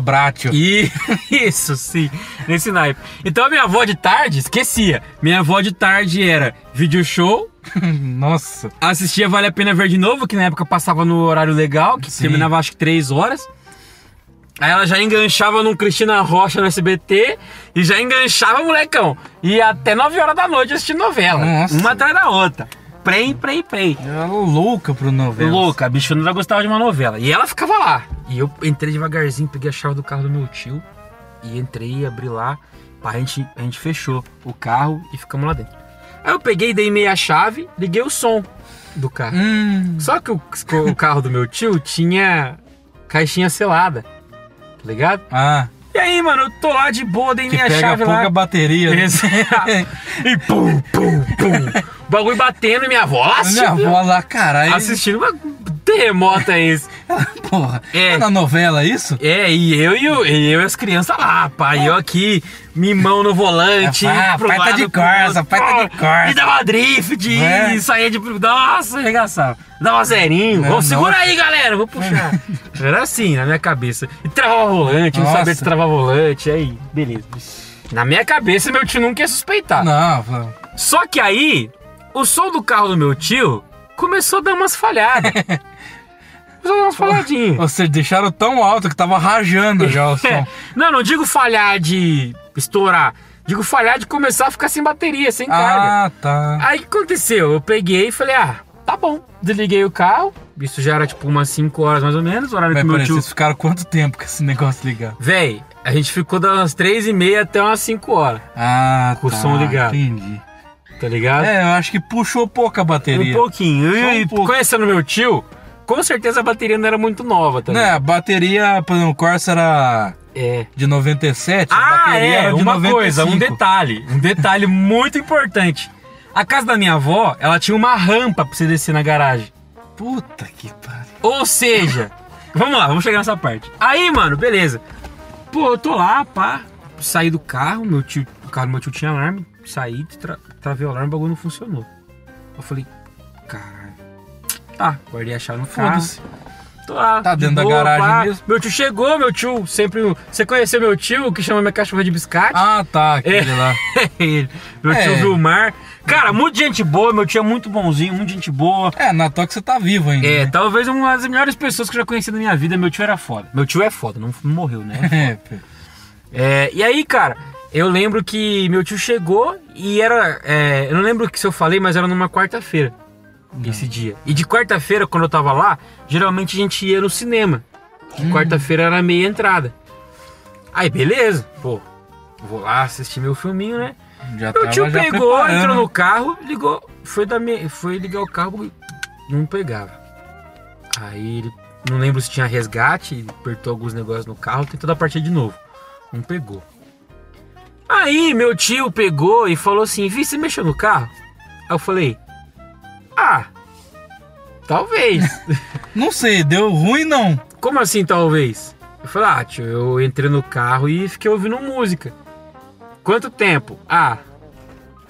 S2: Bratio.
S1: E- Isso, sim, nesse naipe. Então a minha avó de tarde, esquecia. Minha avó de tarde era vídeo show,
S2: Nossa.
S1: assistia Vale a Pena Ver de novo, que na época passava no horário legal, que
S2: Sim.
S1: terminava acho que 3 horas. Aí ela já enganchava num Cristina Rocha no SBT e já enganchava, molecão. E até 9 horas da noite assistindo novela.
S2: Nossa.
S1: Uma atrás da outra. Prem, prem, prem.
S2: Ela é louca pro novela.
S1: Louca, a bichona já gostava de uma novela. E ela ficava lá. E eu entrei devagarzinho, peguei a chave do carro do meu tio e entrei, abri lá. Pá, A gente, a gente fechou o carro e ficamos lá dentro. Aí eu peguei, dei meia chave, liguei o som do carro.
S2: Hum.
S1: Só que o, o carro do meu tio tinha caixinha selada. Tá ligado?
S2: Ah,
S1: E aí, mano, eu tô lá de boa, dei
S2: que
S1: minha
S2: pega
S1: chave
S2: pouca
S1: lá.
S2: bateria. né?
S1: e pum, pum, pum. O bagulho batendo e minha avó. lá
S2: Minha
S1: assistindo-
S2: avó lá, caralho.
S1: assistindo uma terremoto é esse.
S2: Porra,
S1: É.
S2: é na novela isso?
S1: É, e eu e, o- e eu e as crianças lá, pai. Eu aqui, mimão no volante.
S2: Ah,
S1: pro
S2: pai tá
S1: lado,
S2: de
S1: pro outro.
S2: Corsa, pai tá de Corsa.
S1: E dava drift,
S2: É.
S1: e saía de. Nossa, arregaçava. Dava zerinho.
S2: Não,
S1: Vamos,
S2: não.
S1: segura aí, galera, vou puxar. Era assim, na minha cabeça. E travava volante, não
S2: Nossa.
S1: sabia se travava volante. Aí, beleza. Na minha cabeça, meu tio nunca ia suspeitar.
S2: Não, pô.
S1: Só que aí, o som do carro do meu tio começou a dar umas falhadas. começou a dar umas falhadinhas.
S2: Ou seja, deixaram tão alto que tava rajando já o som.
S1: Não, não digo falhar de estourar. Digo falhar de começar a ficar sem bateria, sem carga.
S2: ah, tá.
S1: Aí o que aconteceu? Eu peguei e falei, ah, tá bom. Desliguei o carro. Isso já era tipo umas 5 horas mais ou menos, o horário
S2: Mas
S1: que meu
S2: peraí,
S1: tio...
S2: vocês ficaram quanto tempo com esse negócio ligado?
S1: Véi, a gente ficou das 3 e meia até umas 5 horas,
S2: Ah,
S1: Com o
S2: tá,
S1: som ligado.
S2: Entendi.
S1: tá ligado?
S2: É, eu acho que puxou pouca
S1: um
S2: bateria.
S1: pouquinho.
S2: Só um
S1: e
S2: pouco.
S1: conhecendo meu tio, com certeza a bateria não era muito nova tá também.
S2: Né, a bateria, por exemplo, o Corsa era
S1: É.
S2: de 97, a
S1: Ah,
S2: bateria
S1: é,
S2: era de
S1: uma
S2: 95.
S1: coisa, um detalhe, um detalhe muito importante. A casa da minha avó, ela tinha uma rampa pra você descer na garagem.
S2: Puta que pariu.
S1: Ou seja, vamos lá, vamos chegar nessa parte. Aí, mano, beleza. Pô, eu tô lá, pá, saí do carro, meu tio, o carro do meu tio tinha alarme, saí, tra travei o alarme, o bagulho não funcionou. Eu falei, caralho. Tá, guardei a chave no carro.
S2: Foda-se.
S1: Tô lá.
S2: Tá
S1: de
S2: dentro da garagem mesmo?
S1: Meu tio chegou, meu tio sempre. Você conheceu meu tio, que chama minha cachorra de biscate?
S2: Ah, tá, aquele
S1: É.
S2: lá.
S1: Ele. Meu
S2: É.
S1: tio Vilmar. Cara, muito gente boa, meu tio é muito bonzinho, muito gente boa.
S2: É, na toque você tá vivo ainda.
S1: É,
S2: né?
S1: talvez uma das melhores pessoas que eu já conheci na minha vida, meu tio era foda. Meu tio é foda, não não morreu, né?
S2: É, pô.
S1: É, e aí, cara, eu lembro que meu tio chegou e era. é, eu não lembro o que se eu falei, mas era numa quarta-feira. Esse dia. E de quarta-feira, quando eu tava lá, geralmente a gente ia no cinema. De quarta-feira era meia entrada. Aí, beleza, pô. Vou lá assistir meu filminho, né?
S2: já
S1: Meu
S2: tava
S1: tio
S2: já
S1: pegou,
S2: preparando.
S1: entrou no carro, ligou, foi, da me... foi ligar o carro e não pegava. Aí ele, não lembro se tinha resgate, apertou alguns negócios no carro, tentou dar partida de novo. Não pegou. Aí meu tio pegou e falou assim: Vi, você mexeu no carro? Aí eu falei: Ah, talvez.
S2: Não sei, deu ruim não.
S1: Como assim talvez? Eu falei: Ah, tio, eu entrei no carro e fiquei ouvindo música. Quanto tempo? Ah,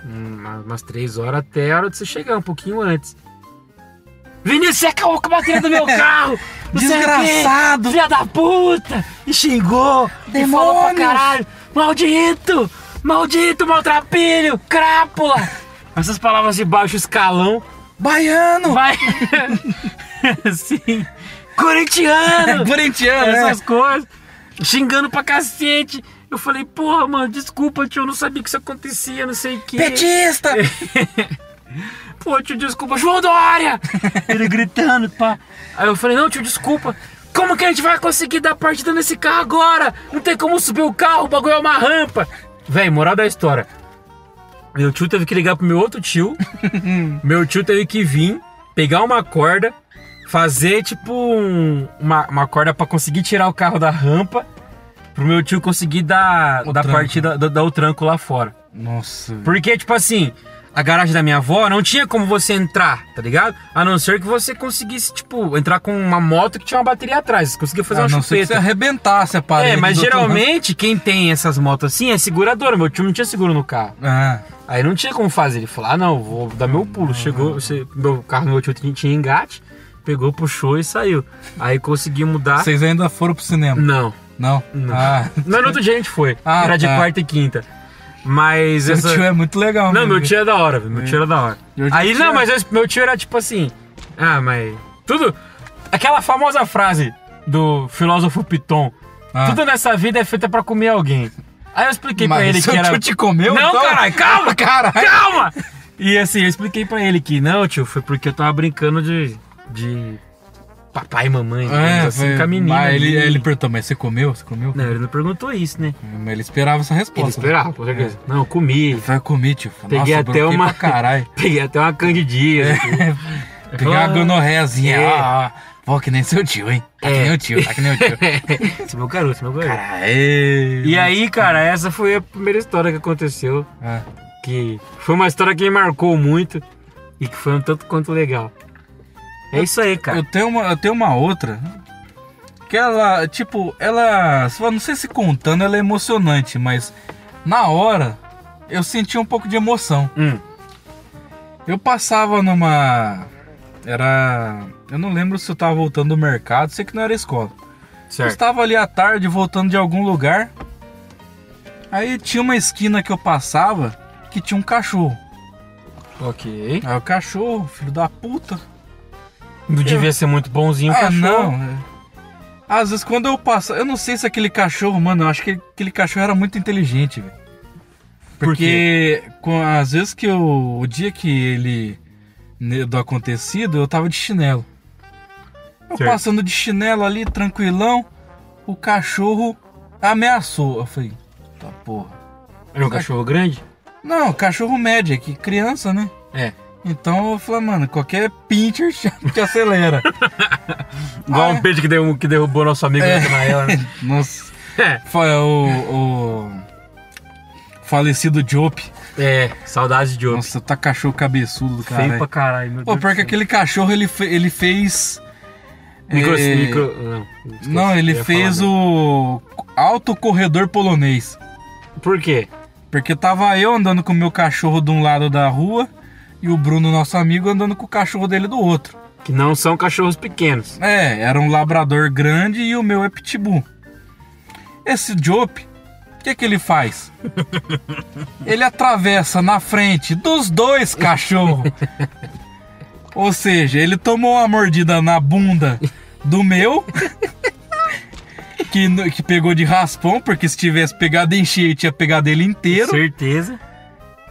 S1: uma- umas três horas até a hora de você chegar, um pouquinho antes. Vinícius, você acabou com a bateria do meu carro! não sei o quê,
S2: Desgraçado!
S1: Filha da puta! E xingou! E falou pra
S2: Demônios!
S1: caralho! Maldito! Maldito, maltrapilho! Crápula! Essas palavras de baixo escalão.
S2: Baiano!
S1: Vai! assim. Corintiano!
S2: Corintiano, né?
S1: essas coisas, xingando pra cacete. Eu falei, porra, mano, desculpa, tio, eu não sabia que isso acontecia, não sei o quê.
S2: Petista!
S1: É. Pô, tio, desculpa, João Dória! Ele gritando, pá. Aí eu falei, não, tio, desculpa. Como que a gente vai conseguir dar partida nesse carro agora? Não tem como subir o carro, o bagulho é uma rampa. Véi, moral da história. Meu tio teve que ligar pro meu outro tio. meu tio teve que vir, pegar uma corda, fazer tipo um- uma, uma corda pra conseguir tirar o carro da rampa. Pro meu tio conseguir dar,
S2: O
S1: dar
S2: tranco.
S1: partida, dar- dar o tranco lá fora.
S2: Nossa, velho.
S1: Porque, tipo assim, a garagem da minha avó não tinha como você entrar, tá ligado? A não ser que você conseguisse, tipo, entrar com uma moto que tinha uma bateria atrás. Você conseguia fazer
S2: a
S1: uma
S2: não ser que você
S1: chupeta.
S2: arrebentasse a parede.
S1: É, mas
S2: do outro
S1: geralmente quem tem essas motos assim é seguradora. Meu tio não tinha seguro no carro.
S2: lado. Ah,
S1: Aí não tinha como fazer. Ele falou: ah, não, vou dar meu pulo. Chegou, você- meu carro, meu tio tinha- tinha engate, pegou, puxou e saiu. Aí consegui mudar.
S2: vocês ainda foram pro cinema?
S1: Não.
S2: Não?
S1: Não.
S2: Ah,
S1: Não, no outro dia a gente foi.
S2: Ah,
S1: Era de
S2: tá.
S1: quarta e quinta. Mas
S2: seu
S1: essa.
S2: tio é muito legal.
S1: Não,
S2: mesmo.
S1: meu tio é da hora, velho. Meu tio era da hora.
S2: Meu tio
S1: Aí, não,
S2: tinha-
S1: mas eu- meu tio era tipo assim. Ah, mas. Tudo. Aquela famosa frase do filósofo Piton:
S2: Ah.
S1: Tudo nessa vida é feita pra comer alguém. Aí eu expliquei pra
S2: Mas
S1: ele que
S2: seu
S1: era.
S2: tio te comeu?
S1: Não,
S2: então?
S1: caralho, calma,
S2: Caralho!
S1: calma! E assim, eu expliquei pra ele que, não, tio, foi porque eu tava brincando de. de. papai e mamãe, digamos
S2: É,
S1: assim,
S2: foi,
S1: com a menina.
S2: mas ele,
S1: ali.
S2: ele perguntou, mas você comeu? Você comeu?
S1: Não, ele não perguntou isso, né?
S2: Mas ele esperava essa resposta.
S1: Ele esperava, com certeza. Não, eu comi.
S2: Vai comer, tio.
S1: Peguei
S2: Nossa,
S1: até
S2: bronquei
S1: uma-
S2: Pra caralho.
S1: Peguei até uma candidíase.
S2: Peguei uma
S1: Ah.
S2: gonorreazinha.
S1: É.
S2: Ah, ah. Pô, que nem seu tio, hein? Tá que
S1: É.
S2: nem o tio, tá que nem o tio.
S1: Esse é meu garoto, esse é meu garoto.
S2: Caralho. E
S1: E aí, cara, essa foi a primeira história que aconteceu, que foi uma história que me marcou muito e que foi um tanto quanto legal. É isso aí, cara.
S2: Eu tenho uma, eu tenho uma outra. que ela, tipo, ela, só não sei se contando, ela é emocionante, mas na hora eu senti um pouco de emoção.
S1: Hum.
S2: Eu passava numa era, eu não lembro se eu tava voltando do mercado, sei que não era escola. Eu
S1: Certo.
S2: estava ali à tarde voltando de algum lugar. Aí tinha uma esquina que eu passava que tinha um cachorro.
S1: Ok.
S2: Aí Ah, o cachorro, filho da puta.
S1: Não devia ser muito bonzinho o
S2: ah,
S1: cachorro.
S2: não. é. Às vezes quando eu passo, eu não sei se aquele cachorro, mano, eu acho que aquele cachorro era muito inteligente, velho.
S1: Por
S2: Porque com, às vezes que eu, o dia que ele ne- do acontecido, eu tava de chinelo. Eu
S1: Certo.
S2: passando de chinelo ali, tranquilão, o cachorro ameaçou. Eu falei, tá porra.
S1: Era um cachorro grande?
S2: Não, cachorro médio, é que criança, né?
S1: É.
S2: Então eu falei, mano, qualquer pincher já te acelera.
S1: Igual
S2: Ah,
S1: um
S2: é?
S1: peixe que, derru- que derrubou nosso amigo
S2: É.
S1: na Naela, né?
S2: Nossa.
S1: É.
S2: Foi o, o falecido Jope.
S1: É, saudades de outro.
S2: Nossa, tá cachorro cabeçudo do
S1: Feio pra
S2: cara. é.
S1: caralho, meu
S2: Pô,
S1: Deus.
S2: pior
S1: do
S2: que
S1: céu.
S2: aquele cachorro ele, fe- ele fez.
S1: Micro,
S2: eh,
S1: micro- não, esqueci,
S2: Não,
S1: eu
S2: ele
S1: ia
S2: fez
S1: falar,
S2: o alto corredor polonês.
S1: né? Por quê?
S2: Porque tava eu andando com o meu cachorro de um lado da rua e o Bruno, nosso amigo, andando com o cachorro dele do outro.
S1: Que não são cachorros pequenos.
S2: É, era um labrador grande e o meu é pitbull. Esse Jope, o que que ele faz? ele atravessa na frente dos dois cachorros. Ou seja, ele tomou uma mordida na bunda do meu, que, no- que pegou de raspão, porque se tivesse pegado em cheio, tinha pegado ele inteiro.
S1: Certeza.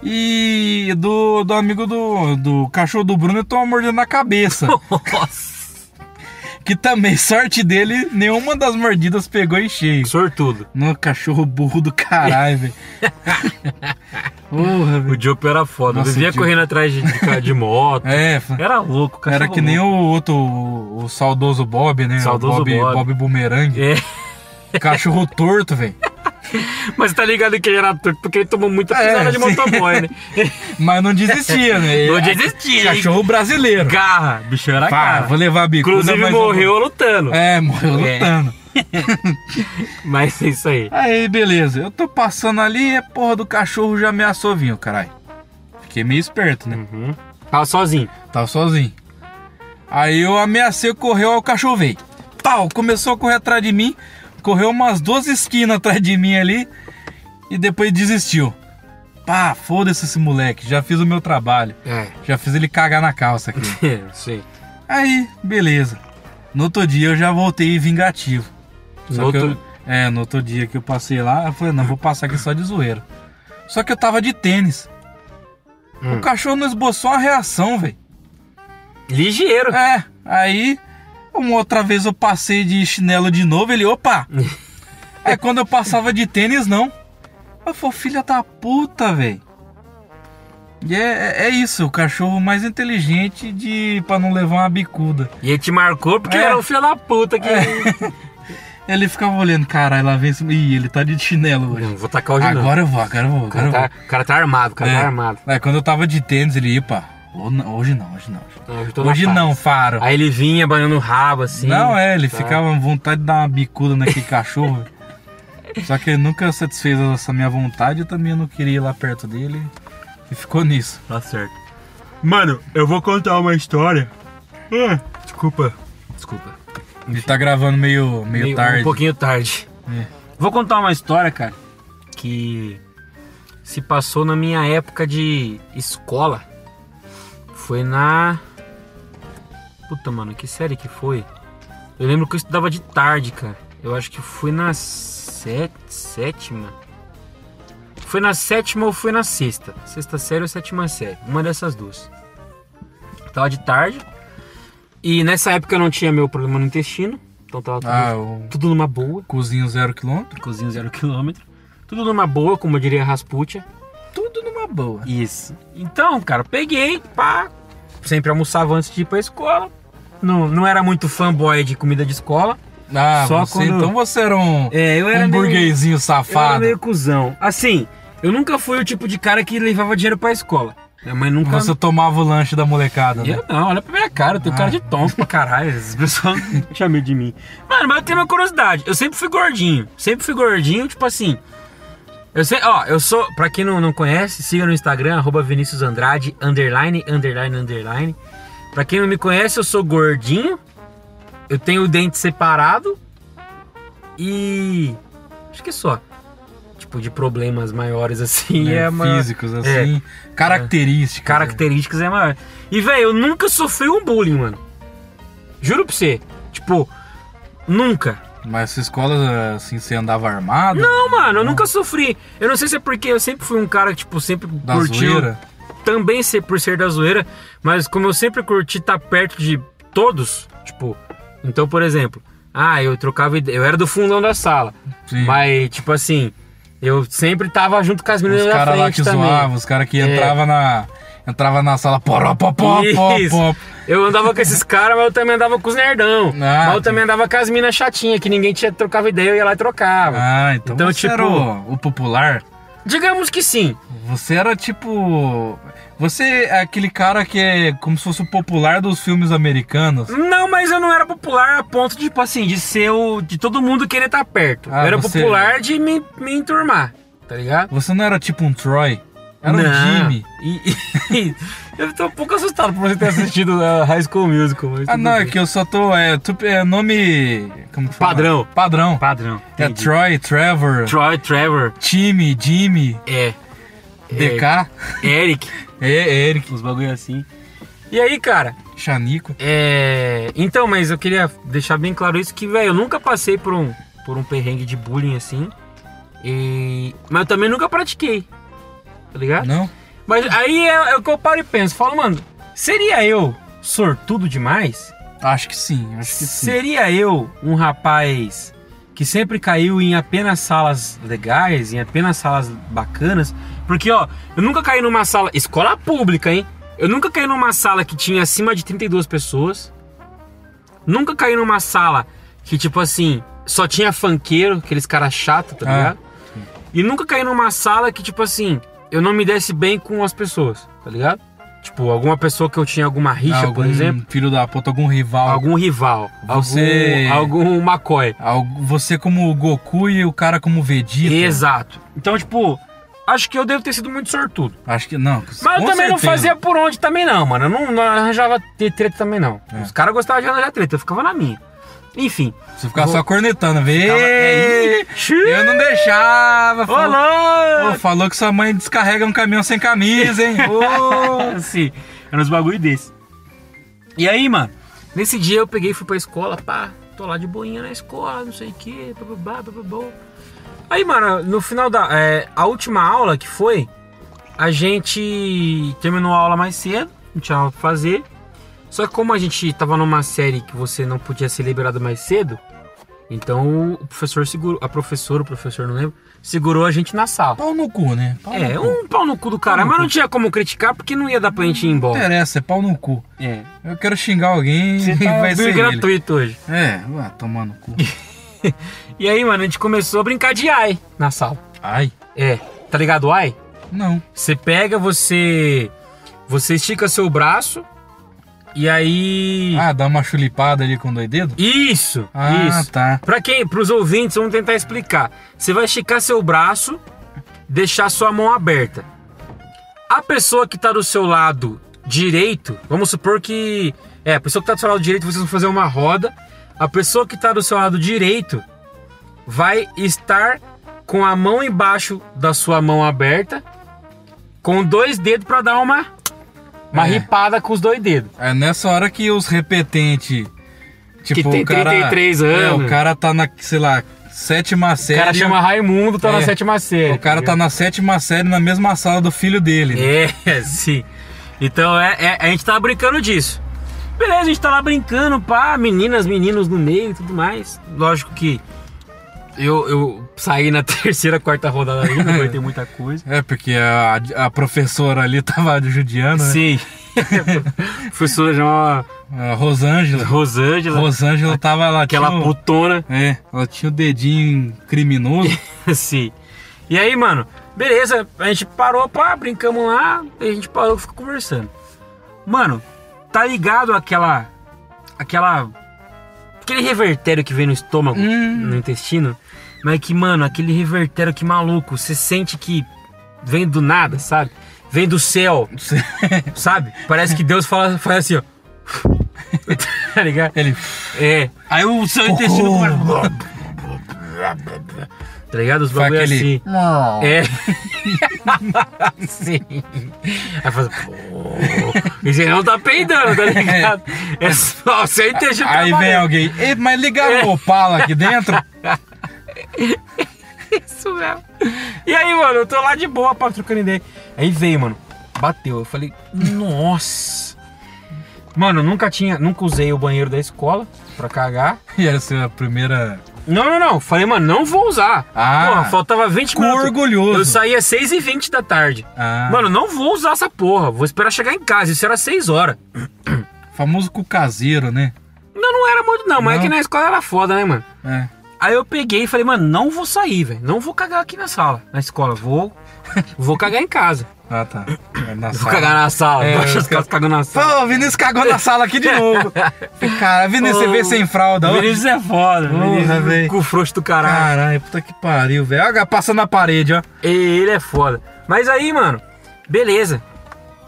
S2: E do, do amigo do, do cachorro do Bruno, ele tomou uma mordida na cabeça.
S1: Nossa.
S2: Que também, sorte dele, nenhuma das mordidas pegou em cheio.
S1: Sortudo.
S2: No cachorro burro do caralho, velho. Porra,
S1: O
S2: velho.
S1: Diopo era foda.
S2: Nossa,
S1: vivia
S2: o Diopo-
S1: correndo atrás de, de, ca- de moto.
S2: É, fa-
S1: Era louco, cara.
S2: era que nem o outro, o, o saudoso Bob, né? O
S1: Saudoso
S2: Bob,
S1: Bob.
S2: Bob Bumerangue.
S1: É.
S2: Cachorro torto, velho.
S1: Mas tá ligado que ele era torto porque ele tomou muita
S2: É,
S1: pisada de
S2: sim.
S1: motoboy, né?
S2: Mas não desistia, né?
S1: Não desistia,
S2: Cachorro brasileiro.
S1: Garra. Bicho era
S2: Pá,
S1: garra.
S2: vou levar a bicuda,
S1: Inclusive
S2: mas eu vou-
S1: morreu lutando.
S2: É, morreu
S1: É.
S2: lutando.
S1: Mas é isso aí.
S2: Aí, beleza. Eu tô passando ali e a porra do cachorro já ameaçou vinho, caralho. Fiquei meio esperto, né?
S1: Uhum. Tava sozinho.
S2: Tava sozinho. Aí eu ameacei, correu, aí o cachorro veio. Pau, começou a correr atrás de mim. Correu umas duas esquinas atrás de mim ali. E depois desistiu. Pá, foda-se esse moleque. Já fiz o meu trabalho.
S1: É.
S2: Já fiz ele cagar na calça aqui.
S1: Sim.
S2: Aí, beleza. No outro dia eu já voltei vingativo. Só
S1: No
S2: que
S1: outro-
S2: eu- é, no outro dia que eu passei lá, eu falei, não, vou passar aqui só de zoeira. Só que eu tava de tênis.
S1: Hum.
S2: O cachorro não esboçou uma reação, velho.
S1: Ligeiro.
S2: É, aí uma outra vez eu passei de chinelo de novo, ele, opa! aí quando eu passava de tênis, não. Eu falei, filha da puta, velho. E é, é isso, o cachorro mais inteligente de para não levar uma bicuda.
S1: E ele te marcou porque
S2: É.
S1: era um filho da puta que.
S2: Ele ficava olhando, caralho, lá vem esse. Ih, ele tá de chinelo hoje.
S1: Não, vou tacar hoje não.
S2: Agora eu vou, agora eu vou,
S1: O
S2: agora eu
S1: cara,
S2: vou.
S1: tá, o cara tá armado, o cara
S2: É.
S1: tá armado.
S2: Aí quando eu tava de tênis, ele, opa, hoje não, hoje não.
S1: Não, Tá, eu tô na
S2: Hoje
S1: paz.
S2: não, faro.
S1: Aí ele vinha banhando o rabo assim.
S2: Não, é, ele
S1: tá?
S2: ficava com vontade de dar uma bicuda naquele cachorro. Só que ele nunca satisfez essa minha vontade, eu também não queria ir lá perto dele. E ficou nisso.
S1: Tá certo. Mano, eu vou contar uma história.
S2: Ah,
S1: Desculpa. Desculpa.
S2: Ele tá gravando meio, meio,
S1: Meio-
S2: tarde.
S1: Um pouquinho tarde.
S2: É.
S1: Vou contar uma história, cara, que se passou na minha época de escola. Foi na. Puta, mano, que série que foi? Eu lembro que eu estudava de tarde, cara. Eu acho que foi na sé- sétima. Foi na sétima ou foi na sexta? Sexta série ou sétima série? Uma dessas duas. Tava de tarde. E nessa época eu não tinha meu problema no intestino. Então tava tudo,
S2: Ah, o
S1: tudo numa boa.
S2: cozinho zero quilômetro?
S1: Cozinho zero quilômetro. Tudo numa boa, como eu diria Rasputia.
S2: Tudo numa boa.
S1: Isso. Então, cara, peguei, pá. Sempre almoçava antes de ir pra escola. Não, não era muito fanboy de comida de escola.
S2: Ah,
S1: Só
S2: você,
S1: quando-
S2: então você era um,
S1: É, eu
S2: um
S1: meio,
S2: burguesinho
S1: eu era
S2: safado.
S1: meio cuzão. Assim, eu nunca fui o tipo de cara que levava dinheiro pra escola. Minha mãe nunca.
S2: Você tomava o lanche da molecada, né?
S1: Eu não, olha pra minha cara, eu tenho
S2: Ah.
S1: cara de tonto pra caralho. As pessoas chamam de mim. Mano, mas eu tenho uma curiosidade. Eu sempre fui gordinho. Sempre fui gordinho, tipo assim. Eu sei, ó, eu sou. Pra quem não, não conhece, siga no Instagram, arroba Vinícius Andrade, underline, underline, underline. Pra quem não me conhece, eu sou gordinho. Eu tenho o dente separado. E. Acho que é só. Tipo, de problemas maiores assim.
S2: Né?
S1: É, uma-
S2: Físicos, assim. Características. né?
S1: características é maior. E, velho, eu nunca sofri um bullying, mano. Juro pra você. Tipo, nunca.
S2: Mas sua escola, assim, você andava armado?
S1: Não, mano, eu nunca sofri. Eu não sei se é porque eu sempre fui um cara que, tipo, sempre
S2: Da
S1: curtiu.
S2: zoeira?
S1: Também ser por ser da zoeira, mas como eu sempre curti estar perto de todos, tipo, então, por exemplo, ah, eu trocava ideia. Eu era do fundão da sala.
S2: Sim.
S1: Mas, tipo assim, eu sempre tava junto com as meninas
S2: Os
S1: da
S2: caras
S1: frente
S2: lá que
S1: também.
S2: zoavam, os caras que
S1: É.
S2: entrava na. Entrava na sala, poró, pó, pó, pó,
S1: Isso.
S2: pó.
S1: Eu andava com esses caras, mas eu também andava com os nerdão.
S2: Ah,
S1: mas eu também andava com as minas chatinhas, que ninguém tinha trocava ideia, eu ia lá e trocava.
S2: Ah, então,
S1: Então,
S2: você
S1: tipo-
S2: era o, o popular.
S1: Digamos que sim.
S2: Você era tipo. Você é aquele cara que é como se fosse o popular dos filmes americanos.
S1: Não, mas eu não era popular a ponto de, tipo assim, de ser o. de todo mundo querer estar perto.
S2: Ah,
S1: eu era
S2: você-
S1: popular de me, me enturmar, tá ligado?
S2: Você não era tipo um Troy. Era um
S1: Não.
S2: Jimmy.
S1: E- e- eu tô um pouco assustado por você ter assistido a High School Musical. mas
S2: Ah,
S1: tudo
S2: não, é
S1: bem.
S2: que eu só tô. É, tu- é nome. Como que fala?
S1: Padrão.
S2: Padrão.
S1: Padrão.
S2: É
S1: entendi.
S2: Troy, Trevor,
S1: Troy, Trevor,
S2: Timmy, Jimmy,
S1: é.
S2: DK,
S1: Eric,
S2: é, Eric,
S1: uns bagulho assim. E aí, cara,
S2: Chanico.
S1: É, Então, mas eu queria deixar bem claro isso que, velho, eu nunca passei por um, por um perrengue de bullying assim. E... Mas eu também nunca pratiquei. Tá ligado?
S2: Não?
S1: Mas aí é, é o que eu paro e penso. Falo, mano, seria eu sortudo demais?
S2: Acho que sim, acho que sim.
S1: Seria eu um rapaz que sempre caiu em apenas salas legais, em apenas salas bacanas? Porque, ó, eu nunca caí numa sala. Escola pública, hein? Eu nunca caí numa sala que tinha acima de 32 pessoas. Nunca caí numa sala que, tipo assim, só tinha funkeiro, aqueles caras chato, tá
S2: Ah,
S1: ligado? E nunca caí numa sala que, tipo assim, eu não me desse bem com as pessoas, tá ligado? Tipo, alguma pessoa que eu tinha alguma rixa,
S2: algum
S1: por exemplo.
S2: filho da puta, algum rival.
S1: Algum rival.
S2: Você-
S1: Algum, algum McCoy.
S2: Algu- Você como o Goku e o cara como o Vegeta.
S1: Exato. Então, tipo, acho que eu devo ter sido muito sortudo.
S2: Acho que não.
S1: Mas eu
S2: com
S1: também não
S2: certeza.
S1: fazia por onde também não, mano. Eu não, não arranjava ter treta também não.
S2: É.
S1: Os caras gostavam de arranjar treta, eu ficava na minha. Enfim.
S2: Você ficava
S1: Vou-
S2: só cornetando. Vê!
S1: Ficava- É, ih,
S2: Eu não deixava.
S1: Ô,
S2: Falou, Ô,
S1: louco!
S2: falou que sua mãe descarrega um caminhão sem camisa, hein? Ô.
S1: Assim, era uns bagulho desse. E aí, mano, nesse dia eu peguei e fui pra escola, pá, tô lá de boinha na escola, não sei o que, bababá, bababá. Aí, mano, no final da. é, a última aula que foi, a gente terminou a aula mais cedo, não tinha aula pra fazer. Só que como a gente tava numa série que você não podia ser liberado mais cedo, então o professor segurou. A professora, o professor não lembro, segurou a gente na sala.
S2: Pau no cu, né? Pau
S1: É,
S2: no cu.
S1: um pau no cu do cara,
S2: no
S1: mas
S2: cu.
S1: não tinha como criticar porque não ia dar pra gente ir
S2: Não
S1: embora.
S2: interessa, é pau no cu.
S1: É.
S2: Eu quero xingar alguém
S1: Você
S2: e
S1: tá
S2: vai ser
S1: bem
S2: ele.
S1: gratuito hoje.
S2: É, vai tomar no cu.
S1: E aí, mano, a gente começou a brincar de ai na sala.
S2: Ai,
S1: É, tá ligado o ai?
S2: não.
S1: Você pega, você você estica seu braço e aí
S2: Ah, dá uma chulipada ali com dois dedos?
S1: isso,
S2: Ah,
S1: isso.
S2: tá.
S1: Pra quem? Pros ouvintes, vamos tentar explicar. Você vai esticar seu braço, deixar sua mão aberta. A pessoa que tá do seu lado direito, vamos supor que. É, a pessoa que tá do seu lado direito, vocês vão fazer uma roda. A pessoa que tá do seu lado direito vai estar com a mão embaixo da sua mão aberta, com dois dedos pra dar uma. Uma
S2: É.
S1: ripada com os dois dedos.
S2: É nessa hora que os repetentes. Tipo,
S1: tem
S2: o cara,
S1: 33 anos.
S2: É, o cara tá na, sei lá, sétima
S1: O
S2: série.
S1: cara chama Raimundo, tá na
S2: É.
S1: sétima série.
S2: O cara tá na sétima série na mesma sala do filho dele. né?
S1: É, sim. Então é, é- a gente tava brincando disso. Beleza, a gente tá lá brincando, pá, meninas, meninos no meio e tudo mais. Lógico que eu, eu saí na terceira, quarta rodada ainda, não aguentei muita coisa.
S2: É, porque a, a professora ali tava judiando, né?
S1: Sim. a professora chamava
S2: A Rosângela.
S1: Rosângela,
S2: Rosângela tava lá.
S1: aquela
S2: tinha o-
S1: putona.
S2: É, ela tinha o dedinho criminoso.
S1: Sim. E aí, mano, Beleza, a gente parou, pá, brincamos lá, e a gente parou e ficou conversando. Mano, tá ligado aquela. aquela. aquele revertério que vem no estômago,
S2: Hum.
S1: no intestino? Mas que, mano, aquele revertério que maluco, você sente que vem do nada, sabe? Vem do céu, sabe? Parece que Deus fala, faz assim, ó. tá ligado?
S2: Ele.
S1: É. Aí o seu intestino começa. Tá ligado? Os
S2: Faz
S1: bagulho
S2: aquele-
S1: assim. É. Sim. Aí fala, pô. E você não tá peidando, tá ligado? É só o seu intestino
S2: Aí vem
S1: trabalhando.
S2: alguém. "Ei, Mas
S1: É.
S2: ligaram o Opala aqui dentro?
S1: Isso mesmo. E aí, mano, eu tô lá de boa, pá, trocando ideia. Aí veio, mano. Bateu. Eu falei, nossa. Mano, eu nunca tinha, nunca usei o banheiro da escola pra cagar.
S2: E essa é a primeira.
S1: Não, não, não. Falei, mano, não vou usar.
S2: Ah.
S1: Porra, faltava 20
S2: Ficou
S1: minutos. Eu
S2: orgulhoso.
S1: saía 6h20 da tarde.
S2: Ah,
S1: Mano, não vou usar essa porra. Vou esperar chegar em casa. Isso era 6 horas.
S2: famoso cu caseiro, né?
S1: Não, não era muito, não. Mas
S2: Não?
S1: é que na escola era foda, né, mano?
S2: É.
S1: Aí eu peguei e falei, mano, não vou sair, velho. Não vou cagar aqui na sala, na escola. Vou. Vou cagar em casa.
S2: Ah, tá. É na
S1: Vou
S2: sala.
S1: cagar na sala.
S2: É,
S1: Baixa
S2: eu
S1: os caras cagando na sala.
S2: Pô, o Vinícius cagou na sala aqui de novo. Cara, Vinícius, você vê sem fralda. ó.
S1: Vinícius é foda,
S2: Porra,
S1: Vinícius.
S2: velho.
S1: Cu frouxo do caralho.
S2: Caralho, puta que pariu, velho. Olha, passando na parede, ó.
S1: E Ele é foda. Mas aí, mano, beleza.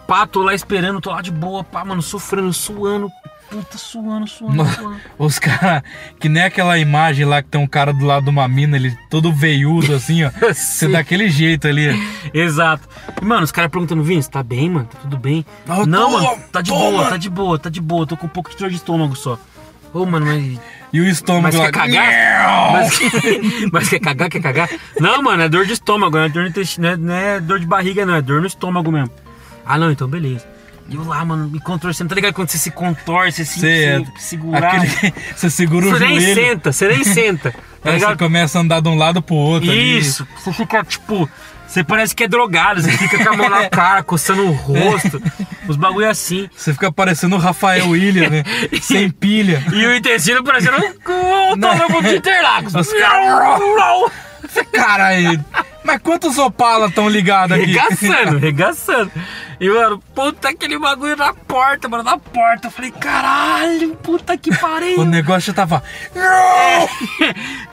S1: Pá, tô lá esperando, tô lá de boa, pá, mano, sofrendo, suando. Puta, suando, suando,
S2: Nossa.
S1: suando.
S2: Os caras, que nem aquela imagem lá que tem um cara do lado de uma mina, ele todo veiudo assim, ó. Você
S1: Sim.
S2: daquele jeito ali.
S1: Exato. E, mano, os caras perguntando, Vini, você tá bem, mano? Tá tudo bem?
S2: Eu
S1: não,
S2: tô,
S1: mano, tá de
S2: tô,
S1: boa,
S2: mano."
S1: tá de boa, tá de boa. Tô com um pouco de dor de estômago só. Ô, mano, mas.
S2: E o estômago
S1: Mas
S2: lá.
S1: quer
S2: Ah!
S1: cagar? Mas, mas quer cagar, quer cagar? Não, mano, é dor de estômago, não é dor, no intestino, não é- não é dor de barriga, não, é dor no estômago mesmo. Ah, não, então beleza. E eu lá, mano, me contorcendo, tá ligado? Quando você se contorce, assim,
S2: Você,
S1: pra você segurar.
S2: é aquele- você segura o
S1: Você nem
S2: joelho.
S1: senta, você nem senta. Tá
S2: aí você
S1: ligado?
S2: começa a andar de um lado pro outro. ali.
S1: Isso, você fica tipo. Você parece que é drogado, você fica com a mão na cara, coçando o rosto, os bagulho assim.
S2: Você fica parecendo o Rafael William, né? Sem pilha.
S1: E o intestino parecendo um autônomo de Interlagos.
S2: Os Caralho. Mas quantos Opala estão ligados aqui?
S1: Regaçando, regaçando. E, mano, puta aquele bagulho na porta, mano, na porta. Eu falei, caralho, puta que
S2: O
S1: pariu.
S2: negócio tava.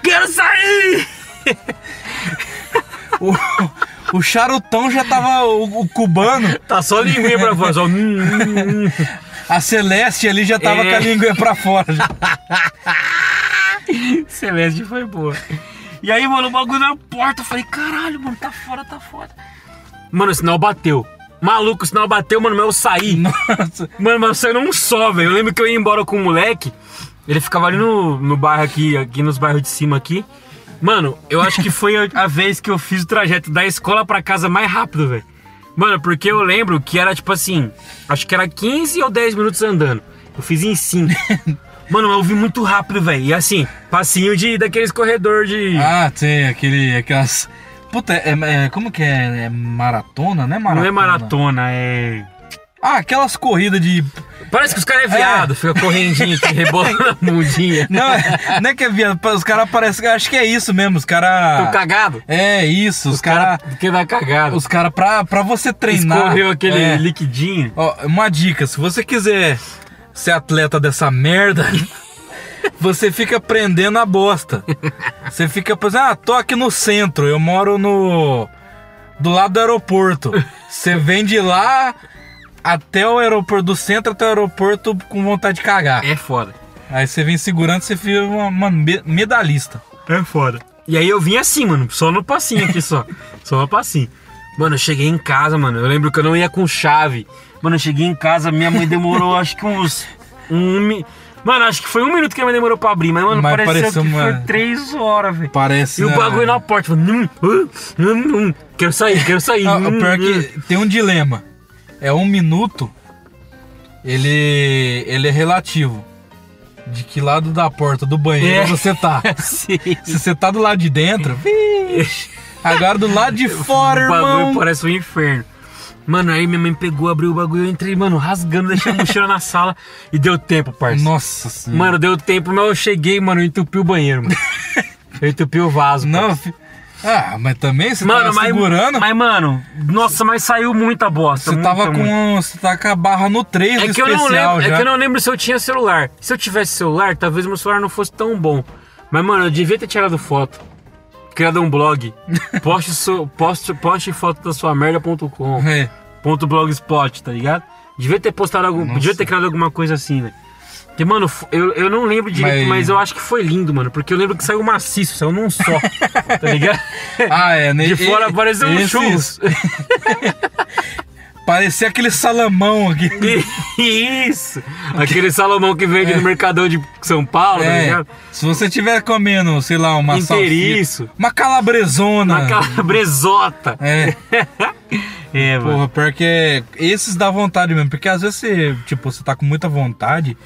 S1: Quero sair!
S2: O, o charutão já tava. O, o cubano,
S1: Tá só linguinha
S2: né,
S1: pra fora, só. hum, hum, hum.
S2: a Celeste ali já tava
S1: É.
S2: com a língua pra fora. já.
S1: Celeste foi boa. E aí, mano, o bagulho na porta, eu falei, caralho, mano, tá fora, tá fora. Mano, o sinal bateu. Maluco, o sinal bateu, mano, mas eu saí.
S2: Nossa.
S1: Mano, mas eu saí num só, velho. Eu lembro que eu ia embora com um moleque, ele ficava ali no, no bairro aqui, aqui nos bairros de cima aqui. Mano, eu acho que foi a, a vez que eu fiz o trajeto da escola pra casa mais rápido, velho. Mano, porque eu lembro que era tipo assim, acho que era 15 ou 10 minutos andando. Eu fiz em 5. Mano, mas eu vi muito rápido, velho. E assim, passinho de daqueles corredor de.
S2: Ah, tem aquele, aquelas. Puta, é, é- como que é? É maratona, né? Maratona.
S1: não é maratona, é.
S2: Ah, aquelas corridas de.
S1: Parece que os caras é viado, fica correndinho aqui, rebolando a mundinha.
S2: Não, é- não é que é viado, os caras parecem. Acho que é isso mesmo, os
S1: Tô
S2: caras.
S1: cagado.
S2: É isso, os,
S1: cara
S2: caras.
S1: que dá cagada.
S2: Os caras, pra, pra você treinar.
S1: Escorreu aquele
S2: É.
S1: liquidinho.
S2: Ó, uma dica, se você quiser ser atleta dessa merda, você fica prendendo a bosta. Você fica, por exemplo, ah, tô aqui no centro, eu moro no. do lado do aeroporto. Você vem de lá até o aeroporto, do centro até o aeroporto com vontade de cagar.
S1: É foda.
S2: Aí você vem segurando, você fica uma, uma me- medalhista.
S1: É foda. E aí eu vim assim, mano, só no passinho aqui só. só no passinho. Mano, eu cheguei em casa, mano. Eu lembro que eu não ia com chave. Mano, eu cheguei em casa, minha mãe demorou acho que uns. Um, mi- mano, acho que foi um minuto que a minha mãe demorou pra abrir, mas, mano,
S2: Mas
S1: pareceu,
S2: pareceu
S1: que
S2: uma-
S1: foi três horas, velho.
S2: Parece.
S1: E o
S2: né?
S1: bagulho na porta, falando, hum, hum, hum, hum, quero sair, quero sair.
S2: Ah,
S1: hum,
S2: o pior é
S1: hum.
S2: que tem um dilema. É um minuto, ele, ele é relativo. De que lado da porta do banheiro
S1: É.
S2: você tá.
S1: Sim.
S2: Se você tá do lado de dentro, vixe. agora do lado de fora,
S1: O bagulho
S2: irmão.
S1: parece um inferno. Mano, aí minha mãe pegou, abriu o bagulho, eu entrei, mano, rasgando, deixei a mochila na sala e deu tempo, parça.
S2: Nossa senhora.
S1: Mano, deu tempo, mas eu cheguei, mano, eu entupi o banheiro, mano. Eu entupi o vaso.
S2: Não,
S1: parça.
S2: fi- Ah, mas também você
S1: Mano,
S2: tava
S1: mas,
S2: segurando.
S1: mas, mano, nossa, mas saiu muita bosta.
S2: você
S1: muita,
S2: tava
S1: muita.
S2: com. Você tá com a barra no 3
S1: É que, eu
S2: especial
S1: não lembro,
S2: já.
S1: é que eu não lembro se eu tinha celular. Se eu tivesse celular, talvez meu celular não fosse tão bom. Mas, mano, eu devia ter tirado foto. Criado um blog. Poste, so, poste, poste foto da sua merda.com.
S2: É.
S1: Ponto blogspot, tá ligado? Devia ter postado algum.
S2: Nossa.
S1: Devia ter criado alguma coisa assim, né? Porque, mano, f- eu, eu não lembro direito,
S2: Mas-
S1: mas... eu acho que foi lindo, mano. Porque eu lembro que saiu maciço, saiu num só. tá ligado?
S2: Ah, é.
S1: De fora pareceu um churros.
S2: Parecia aquele salamão aqui.
S1: Isso! Aquele Salomão que vende no Mercadão de São Paulo, tá
S2: É,
S1: ligado?
S2: se você tiver comendo, sei lá, uma Ah.
S1: Inteiriço.
S2: salsicha, uma calabresona.
S1: Na calabresota.
S2: É,
S1: É, mano.
S2: porra, pior que é- esses dá vontade mesmo, porque às vezes você, tipo, você tá com muita vontade,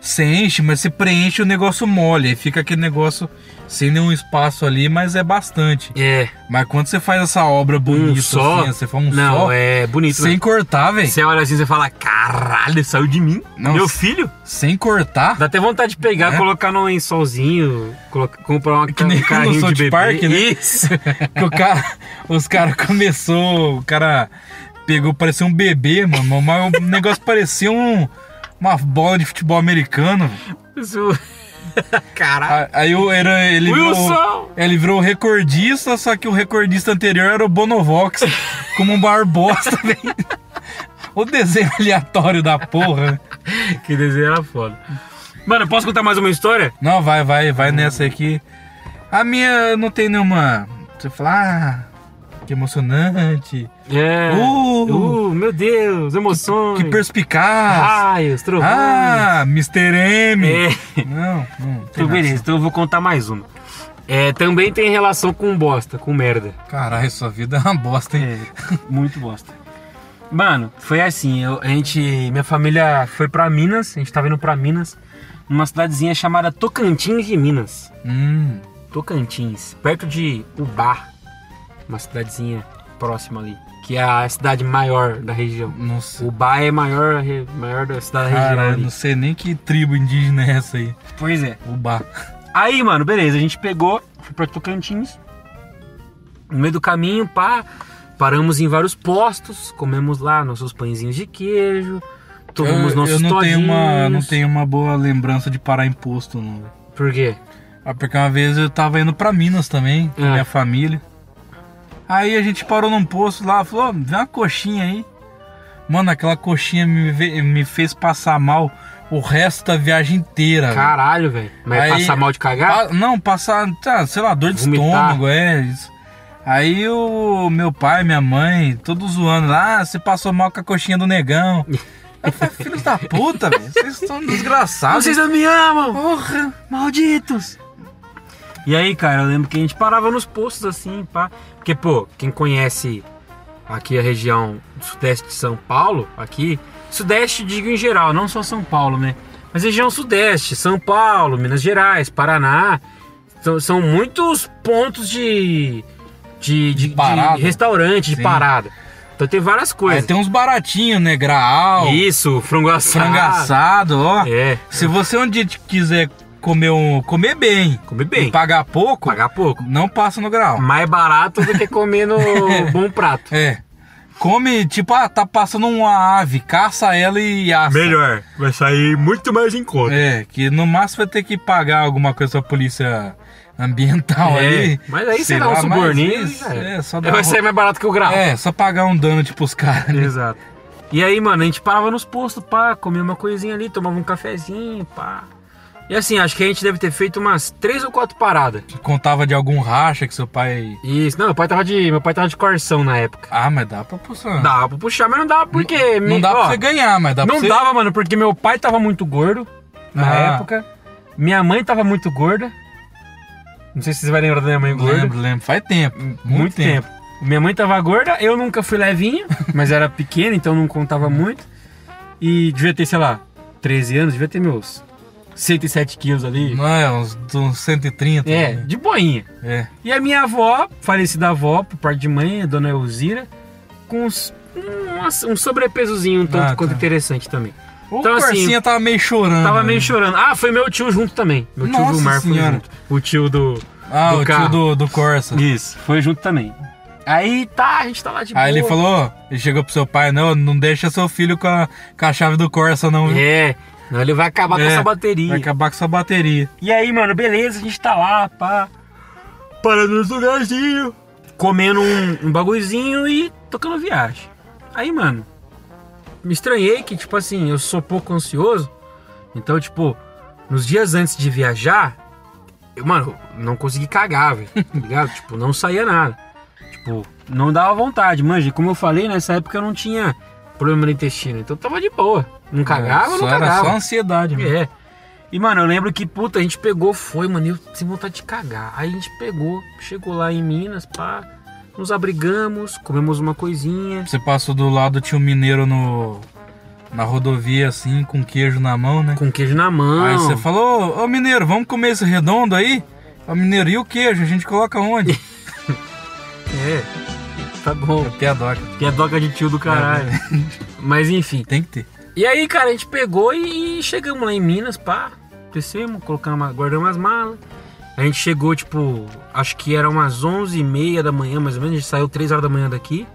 S2: você enche, mas você preenche o negócio mole, aí fica aquele negócio sem nenhum espaço ali, mas é bastante.
S1: É,
S2: Mas quando você faz essa obra
S1: um
S2: bonita,
S1: só.
S2: assim, você faz um
S1: Não,
S2: só,
S1: é bonito,
S2: sem
S1: né?
S2: cortar, velho,
S1: Você olha assim e fala, caralho, saiu de mim.
S2: Nossa.
S1: Meu filho?
S2: sem cortar,
S1: Dá até vontade de pegar,
S2: É.
S1: colocar num lençolzinho, coloca- comprar uma,
S2: Que nem
S1: um carrinho
S2: no
S1: de
S2: South
S1: bebê.
S2: Park, né?
S1: Isso.
S2: que o cara, os caras começou, o cara pegou, parecia um bebê, mano, mas o negócio parecia um, uma bola de futebol americano, velho.
S1: Isso. Caralho.
S2: A- Aí o era, ele virou,
S1: Wilson!
S2: ele virou recordista, só que o recordista anterior era o Bonovox, como um barbosa, velho. O desenho aleatório da porra.
S1: Que desenho era foda. Mano, eu posso contar mais uma história?
S2: Não, vai, vai, vai nessa aqui. A minha não tem nenhuma. Você fala, ah, que emocionante,
S1: É.
S2: Uh!
S1: Uh, meu Deus, emoções.
S2: que perspicaz.
S1: Raios, trovões.
S2: Ah, Mr. M.
S1: É.
S2: Não, não. tem
S1: Então,
S2: nada.
S1: beleza, então eu vou contar mais uma. É, também tem relação com bosta, com merda.
S2: Caralho, sua vida é uma bosta, hein?
S1: muito bosta. Mano, foi assim, eu- a gente, minha família foi pra Minas, a gente tava indo pra Minas, numa cidadezinha chamada Tocantins de Minas.
S2: Hum,
S1: Tocantins, perto de Ubá, uma cidadezinha próxima ali, que é a cidade maior da região.
S2: não sei.
S1: Ubá é maior, re- maior da cidade da região.
S2: Caralho,
S1: ali.
S2: não sei nem que tribo indígena é essa aí.
S1: Pois é.
S2: O bar.
S1: Aí, mano, beleza, a gente pegou, foi pra Tocantins. No meio do caminho, pá, paramos em vários postos, comemos lá nossos pãezinhos de queijo, tomamos
S2: eu,
S1: nossos
S2: eu não
S1: todinhos.
S2: tenho uma eu não tenho uma boa lembrança de parar imposto não velho.
S1: Por quê?
S2: ah, porque uma vez eu tava indo pra Minas também com
S1: Ah.
S2: minha família aí a gente parou num posto lá falou "Ó, vê uma coxinha aí mano aquela coxinha me, ve- me fez passar mal o resto da viagem inteira velho.
S1: Caralho, velho. Mas
S2: Aí-
S1: passar mal de cagar?
S2: Pa- não passar tá, sei lá dor de
S1: Vomitar.
S2: estômago é isso Aí o meu pai, minha mãe, todo zoando lá, "Ah, você passou mal com a coxinha do negão. Eu falei, filhos da puta, velho, vocês estão desgraçados.
S1: Vocês não me amam!
S2: Porra!
S1: Malditos! E aí, cara, eu lembro que a gente parava nos postos assim, pá. Porque, pô, quem conhece aqui a região sudeste de São Paulo, aqui, sudeste digo em geral, não só São Paulo, né? Mas região sudeste, São Paulo, Minas Gerais, Paraná, são, são muitos pontos de, de, de, de
S2: Parada.
S1: restaurante, de
S2: Sim.
S1: parada. Então tem várias
S2: Aí
S1: coisas.
S2: tem uns baratinhos, né? Graal,
S1: Isso, frango assado.
S2: frango assado, ó.
S1: É,
S2: Se você um dia te quiser comer um. comer bem,
S1: comer
S2: e
S1: bem,
S2: pagar pouco,
S1: pagar pouco.
S2: não passa no graal.
S1: mais barato do que comer no bom prato.
S2: É. Come, tipo, ah, tá passando uma ave, caça ela e
S1: Tá
S2: assa.
S1: Melhor, vai sair muito mais em conta.
S2: É, que no máximo vai ter que pagar alguma coisa pra polícia ambiental
S1: É,
S2: aí.
S1: mas aí
S2: sei
S1: será um
S2: lá, mas
S1: suborninho,
S2: isso,
S1: é.
S2: É, só dar
S1: Vai
S2: um-
S1: sair mais barato que o grau.
S2: É, só pagar um dano, tipo, os caras. né?
S1: Exato. E aí, mano, a gente parava nos postos, pá, comia uma coisinha ali, tomava um cafezinho, pá. E assim, acho que a gente deve ter feito umas três ou quatro paradas.
S2: Contava de algum racha que seu pai.
S1: Isso, não, meu pai tava de, meu pai tava de corção na época.
S2: Ah, mas dá pra pulsar.
S1: Dava pra puxar, mas não dava porque...
S2: Não dá pra você ganhar, mas dá
S1: Não
S2: pra você...
S1: dava, mano, porque meu pai tava muito gordo na
S2: Ah.
S1: época. Minha mãe tava muito gorda. Não sei se vocês vai lembrar da minha mãe gorda.
S2: Lembro, lembro. Faz tempo. Muito,
S1: Muito tempo. Minha mãe tava gorda, eu nunca fui levinho, mas era pequeno, então não contava muito. E devia ter, sei lá, 13 anos, devia ter meus 107 quilos ali.
S2: Não é, uns, uns 130.
S1: É,
S2: né?
S1: de boinha.
S2: É.
S1: E a minha avó, falecida avó, por parte de mãe, a dona Elzira, com uns- um, um sobrepesozinho um tanto
S2: Ah, tá.
S1: quanto interessante também.
S2: O
S1: Então, assim,
S2: Corsinha tava meio chorando.
S1: Tava Ah,
S2: né?
S1: meio chorando. Ah, foi meu tio junto também. Meu tio
S2: Nossa
S1: Vilmar foi
S2: Senhora.
S1: junto. O tio do,
S2: Ah,
S3: Do
S2: o
S3: carro.
S2: tio do, do Corsa.
S3: Isso,
S1: Foi junto também.
S3: aí tá, a gente tá lá de
S2: Aí ele
S3: boa.
S2: falou, ele chegou pro seu pai, não, não deixa seu filho com a, com a chave do Corsa não,
S1: né?
S2: viu?
S3: É, não, ele vai acabar
S2: É,
S3: com essa
S2: vai
S3: bateria.
S2: acabar com sua bateria.
S1: E aí, mano, beleza, a gente tá lá, pá.
S3: Parando nos lugarzinho.
S1: Comendo um, um bagulhozinho e tocando viagem. Aí, mano, me estranhei que, tipo assim, eu sou pouco ansioso. Então, tipo, nos dias antes de viajar, eu, mano, não consegui cagar, velho. tá ligado? Tipo, não saía nada. Tipo, não dava vontade, manja. E Como eu falei, nessa época eu não tinha problema no intestino. Então tava de boa. Não cagava,
S2: só
S1: não
S2: era
S1: cagava.
S2: só ansiedade, mano.
S1: É. E, mano, eu lembro que, puta, a gente pegou, foi, mano, e eu sem vontade de cagar. Aí a gente pegou, chegou lá em Minas, pá, nos abrigamos, comemos uma coisinha.
S2: Você passou do lado do tio mineiro no na rodovia assim, com queijo na mão, né?
S1: Com queijo na mão.
S2: Aí você falou, ô mineiro, vamos comer esse redondo aí? Ô mineiro, e o queijo? A gente coloca onde?
S1: É. Tá bom. é
S2: Piadoca.
S3: Piadoca de tio do
S2: É,
S3: caralho.
S2: né?
S1: Mas enfim.
S2: Tem que ter.
S1: E aí, cara, a gente pegou e, e chegamos lá em Minas, pá. Descemos, colocamos, uma- guardamos as malas. A gente chegou, tipo, acho que era umas 11h30 da manhã, mais ou menos. A gente saiu 3 horas da manhã daqui.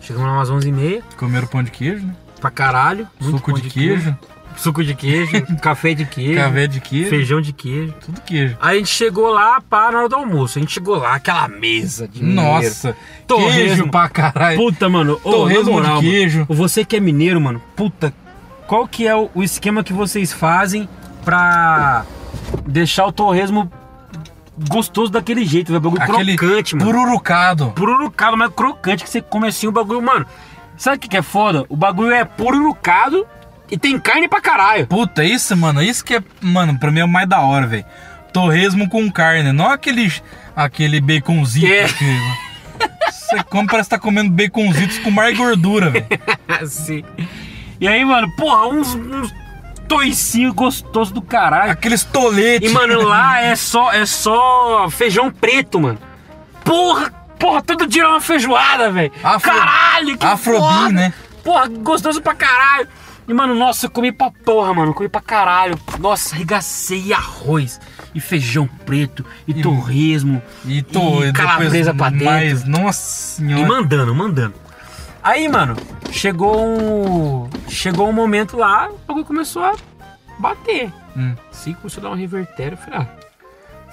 S1: Chegamos lá umas 11h30,
S2: Comeram pão de queijo, né?
S1: pra caralho. muito
S2: Suco
S1: pão
S2: de, queijo,
S1: Suco de queijo, café de queijo,
S2: cavé de queijo,
S1: feijão de queijo.
S2: tudo queijo.
S1: Aí a gente chegou lá, pá, na hora do almoço. A gente chegou lá, aquela mesa de mineiro.
S2: Nossa,
S1: Torresmo.
S2: queijo pra caralho.
S1: Puta, mano. ô,
S2: Torresmo
S1: na moral,
S2: de
S1: mano,
S2: queijo.
S1: Você que é mineiro, mano, puta, qual que é o, o esquema que vocês fazem pra deixar o torresmo gostoso daquele jeito, velho? Bagulho
S2: Aquele
S1: crocante, mano.
S2: Pururucado.
S1: Pururucado, mas crocante, que você come assim o bagulho, mano. Sabe o que, que é foda? O bagulho é pururucado e tem carne pra caralho.
S2: Puta, isso, mano, isso que é, mano, pra mim é o mais da hora, velho. Torresmo com carne, não aquele, aquele baconzito.
S1: É.
S2: que- você come, parece que tá comendo baconzitos com mais gordura, velho.
S1: Sim. E aí, mano, porra, uns, uns toicinhos gostosos do caralho.
S2: Aqueles toletes.
S1: E, mano, lá é só, é só feijão preto, mano. Porra, porra, todo dia é uma feijoada, velho.
S2: Afro-
S1: Caralho, que
S2: Afrobeat,
S1: foda.
S2: né?
S1: Porra, gostoso pra caralho. E, mano, nossa, eu comi pra porra, mano. Comi pra caralho. Nossa, arregacei arroz. E feijão preto. E,
S2: E-
S1: torresmo.
S2: E, to,
S1: E
S2: e
S1: calabresa pra
S2: depois
S1: dentro.
S2: mais, nossa senhora.
S1: E mandando, mandando. Aí, mano, chegou um. Chegou um momento lá, o bagulho começou a bater.
S2: Hum.
S1: Assim, começou a dar um revertério, eu falei, ah.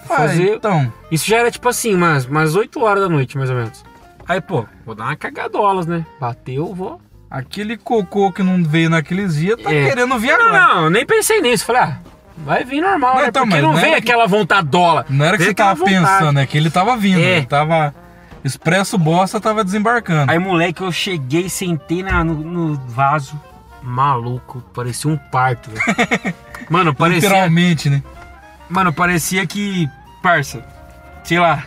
S2: Ah,
S1: fazer-
S2: Então,
S1: Isso já era tipo assim, umas, umas 8 horas da noite, mais ou menos. Aí, pô, vou dar uma cagadolas, né? Bateu, vou.
S2: aquele cocô que não veio naqueles dias tá
S1: É.
S2: querendo vir
S1: Não, não,
S2: agora.
S1: não, eu nem pensei nisso. Falei, ah, vai vir normal,
S2: Não,
S1: né?
S2: então,
S1: Porque
S2: mas
S1: não
S2: não
S1: vem
S2: era que-
S1: aquela vontadola.
S2: Não era que
S1: Vem
S2: você tava
S1: aquela vontade.
S2: pensando, é que ele tava vindo.
S1: É.
S2: Ele tava. Expresso bosta tava desembarcando.
S1: Aí, moleque, eu cheguei, sentei na- no, no vaso, maluco, parecia um parto, velho. Mano, parecia,
S2: Literalmente, né?
S1: mano, parecia que, parça, sei lá,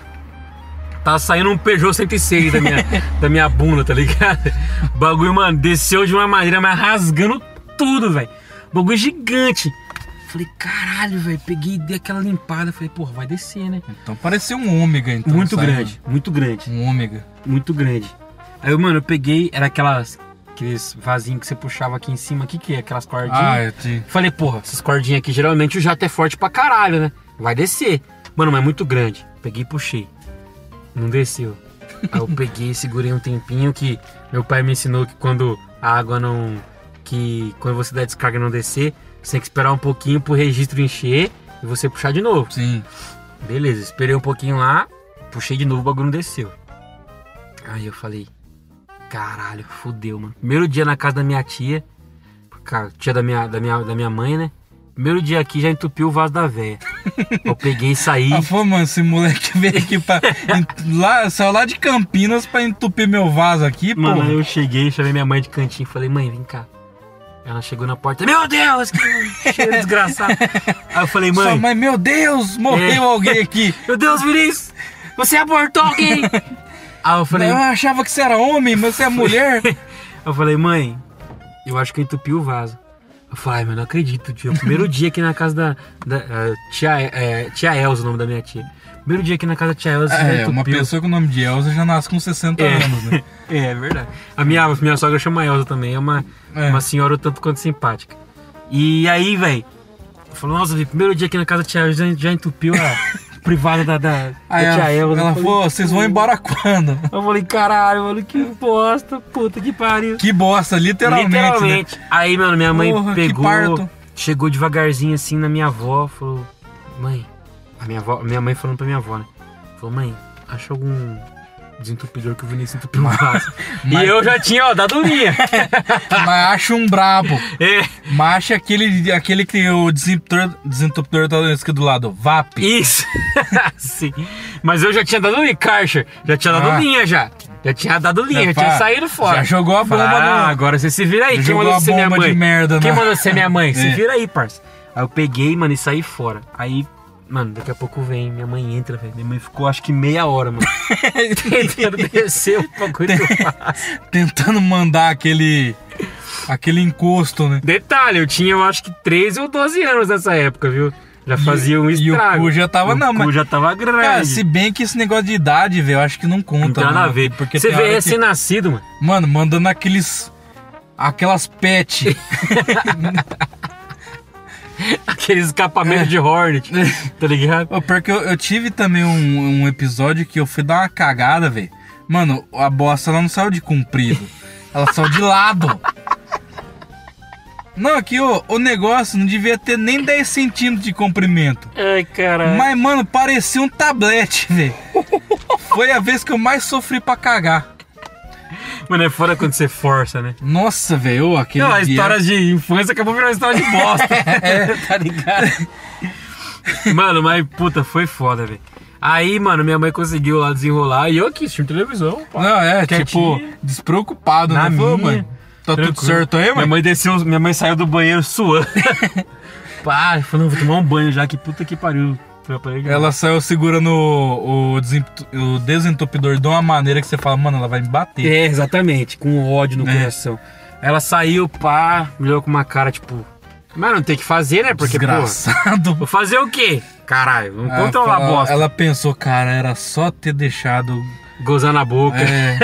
S1: tá saindo um Peugeot 106 da minha, da minha bunda, tá ligado? O bagulho, mano, desceu de uma maneira, mas rasgando tudo, velho. Bagulho gigante. Falei, caralho, velho, peguei e dei aquela limpada, falei, porra, vai descer, né?
S2: Então parecia um ômega, então.
S1: muito
S2: sabe?
S1: grande, muito grande.
S2: Um ômega.
S1: muito grande. Aí, eu, mano, eu peguei, era aquelas, aqueles vasinhos que você puxava aqui em cima, o que que é? Aquelas cordinhas.
S2: Ah, eu te...
S1: Falei, porra, essas cordinhas aqui, geralmente o jato é forte pra caralho, né? Vai descer. Mano, mas é muito grande. Peguei e puxei. Não desceu. Aí eu peguei, segurei um tempinho que meu pai me ensinou que quando a água não... Que quando você dá descarga e não descer, você tem que esperar um pouquinho pro registro encher e você puxar de novo.
S2: Sim.
S1: Beleza, esperei um pouquinho lá, puxei de novo, o bagulho não desceu. Aí eu falei, caralho, fudeu, mano. Primeiro dia na casa da minha tia, ca- tia da minha, da minha, da minha mãe, né? Primeiro dia aqui já entupiu o vaso da véia. Eu peguei e saí.
S2: Ah, foi, mano, esse moleque veio aqui pra. em- lá, saiu lá de Campinas pra entupir meu vaso aqui, pô.
S1: Mano, eu cheguei, chamei minha mãe de cantinho e falei, mãe, vem cá. Ela chegou na porta, meu Deus, que cheiro desgraçado. Aí eu falei,
S2: Sua
S1: mãe,
S2: mãe, meu Deus, morreu
S1: É.
S2: alguém aqui.
S1: meu Deus, Vinícius, você abortou alguém. Aí eu falei,
S2: eu achava que você era homem, mas você é mulher.
S1: Eu falei, mãe, eu acho que eu entupi o vaso. Eu falei, mas não acredito, tio. É Primeiro dia aqui na casa da. da, eh, tia, eh, tia Elza, o nome da minha tia. Primeiro dia aqui na casa da tia Elza, você
S2: É,
S1: entupiu.
S2: uma pessoa com o nome de Elza já nasce com 60
S1: É.
S2: anos, né?
S1: É, é verdade. A minha, minha sogra chama Elza também, é uma,
S2: É.
S1: uma senhora o tanto quanto simpática. E aí, velho, falou, nossa, vi, primeiro dia aqui na casa da tia Elza já entupiu a,
S4: privada da, da,
S2: Aí
S4: da
S2: ela,
S4: tia Elza.
S2: ela
S4: Eu falei,
S2: falou, vocês vão embora quando?
S4: Eu falei, caralho, mano, que bosta, puta que pariu.
S2: Que bosta, literalmente. né?
S4: Literalmente. Aí, mano, minha mãe
S2: Porra, que
S4: pegou,
S2: parto.
S4: chegou devagarzinho assim na minha avó, falou: Mãe, a minha, avó, minha mãe falando pra minha avó, né? Falou: Mãe, acha algum desentupidor que o Vinícius entupiu o vaso.
S1: E eu já tinha, ó, dado minha.
S2: Mas acho um brabo.
S1: É,
S2: Mas acho aquele, aquele que o desentupidor, desentupidor tá escrito do lado. VAP.
S1: Isso. Sim. Mas eu já tinha dado minha, Karcher. Já tinha dado
S2: Ah.
S1: linha já. Já tinha dado linha, já
S2: Já
S1: tinha
S2: fa-
S1: saído fora.
S2: já jogou a bomba
S1: Falei, Ah,
S2: no-
S1: agora você se vira aí.
S2: Já
S1: Quem
S2: jogou
S1: mandou
S2: a
S1: ser minha
S2: bomba de
S1: mãe?
S2: merda
S1: Quem
S2: na-
S1: mandou ser minha mãe? Se
S2: É.
S1: vira aí, parça. Aí eu peguei, mano, e saí fora. Aí, mano, daqui a pouco vem, minha mãe entra, velho. Minha mãe ficou acho que meia hora, mano. Tentando descer um o bagulho do vaso.
S2: Tentando mandar aquele. aquele encosto, né?
S1: Detalhe, eu tinha, eu acho que 13 ou 12 anos nessa época, viu? Já fazia um
S2: e o
S1: estrago.
S2: cu já tava- não,
S1: O cu
S2: mas-
S1: já tava grande.
S2: Cara, se bem que esse negócio de idade, velho, eu acho que não
S1: Não
S2: conta.
S1: tem nada a
S2: mano,
S1: ver.
S2: Porque
S1: Então, você
S2: tem
S1: vê é
S2: hora que-
S1: recém-nascido, mano.
S2: Mano, mandando aqueles. Aquelas pet.
S1: Aqueles escapamentos de Hornet.
S2: É.
S1: tá ligado?
S2: Ô, pior que eu, eu tive também um, um episódio que eu fui dar uma cagada, velho. Mano, a bosta ela não saiu de comprido. Ela saiu de lado. Não, aqui ô, o negócio não devia ter nem 10 centímetros de comprimento.
S1: Ai, caralho.
S2: Mas, mano, parecia um tablete, velho. Foi a vez que eu mais sofri pra cagar.
S1: Mano, é foda quando você força, né?
S2: Nossa, velho, ô, aquele
S1: Não, a
S2: dia- É,
S1: história de infância acabou virando uma história de bosta. tá ligado? mano, mas puta, foi foda, velho. Aí, mano, minha mãe conseguiu lá desenrolar e eu aqui assistindo televisão. pá.
S2: Não, é,
S1: Quietinho.
S2: tipo, despreocupado,
S1: Na
S2: né? Falou,
S1: minha.
S2: mãe, tá tudo
S1: Tranquilo.
S2: certo aí,
S1: Minha
S2: mãe?
S1: mãe desceu, minha mãe saiu do banheiro suando. Pá, falando, vou tomar um banho já, que puta que pariu. Atrapalhei demais.
S2: Ela saiu segurando o, o desemp- o desentupidor de uma maneira que você fala, mano, ela vai me bater.
S4: É, exatamente, com ódio no
S2: É.
S4: coração. Ela saiu, pá, me olhou com uma cara tipo. Mas não tem o que fazer, né? Porque, pô,
S2: Desgraçado.
S4: vou fazer o quê? Caralho, vamos
S2: Ela
S4: controlar
S2: fala-
S4: a bosta.
S2: Ela pensou, cara, era só ter deixado.
S4: Gozar na boca.
S2: é,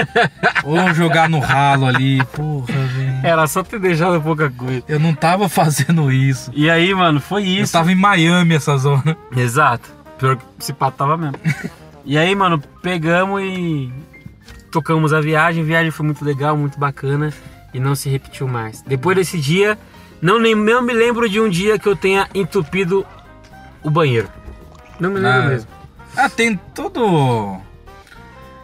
S2: ou jogar no ralo ali. Porra, velho.
S1: Ela só ter deixado pouca coisa.
S2: Eu não tava fazendo isso.
S1: E aí, mano, foi isso.
S2: Eu tava em Miami essa zona.
S1: Exato. Pior que esse pato tava mesmo. e aí, mano, pegamos e tocamos a viagem. A viagem foi muito legal, muito bacana e não se repetiu mais. Depois desse dia, não nem eu me lembro de um dia que eu tenha entupido o banheiro. Não me lembro
S2: Ah,
S1: mesmo.
S2: Ah, tem todo.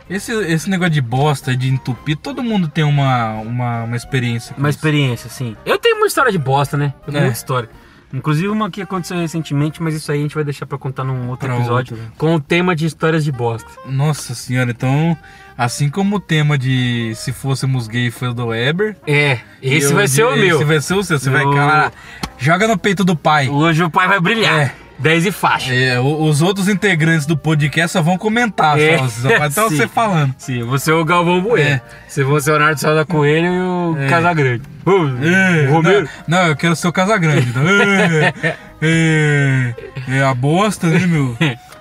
S2: Esse, esse negócio de bosta, de entupir, todo mundo tem uma, uma, uma experiência. com
S1: Uma
S2: isso.
S1: experiência, sim. Eu tenho muita história de bosta, né? Eu tenho
S2: É.
S1: muita história. Inclusive uma que aconteceu recentemente, mas isso aí a gente vai deixar pra contar num outro
S2: Pra
S1: episódio
S2: outro. né?
S1: com o tema de histórias de bosta.
S2: Nossa senhora, então, assim como o tema de se fôssemos gay foi o do Weber.
S1: É, esse
S2: eu
S1: vai
S2: de-
S1: ser o meu.
S2: Esse vai ser o seu, você vai,
S1: Eu-
S2: cara, joga no peito do pai.
S1: Hoje o pai vai brilhar.
S2: É.
S1: 10 e faixa.
S2: É, o- os outros integrantes do podcast só vão comentar,
S1: É,
S2: só, só vai estar
S1: sim.
S2: você falando.
S1: Sim, você é o Galvão Bueno.
S2: É.
S1: Você vai ser o Leonardo Salda Coelho e o
S2: É.
S1: Casagrande. Uh,
S2: É,
S1: o Romero.
S2: Não, não, eu quero ser o Casagrande. Então. É, é, é a bosta, né, meu?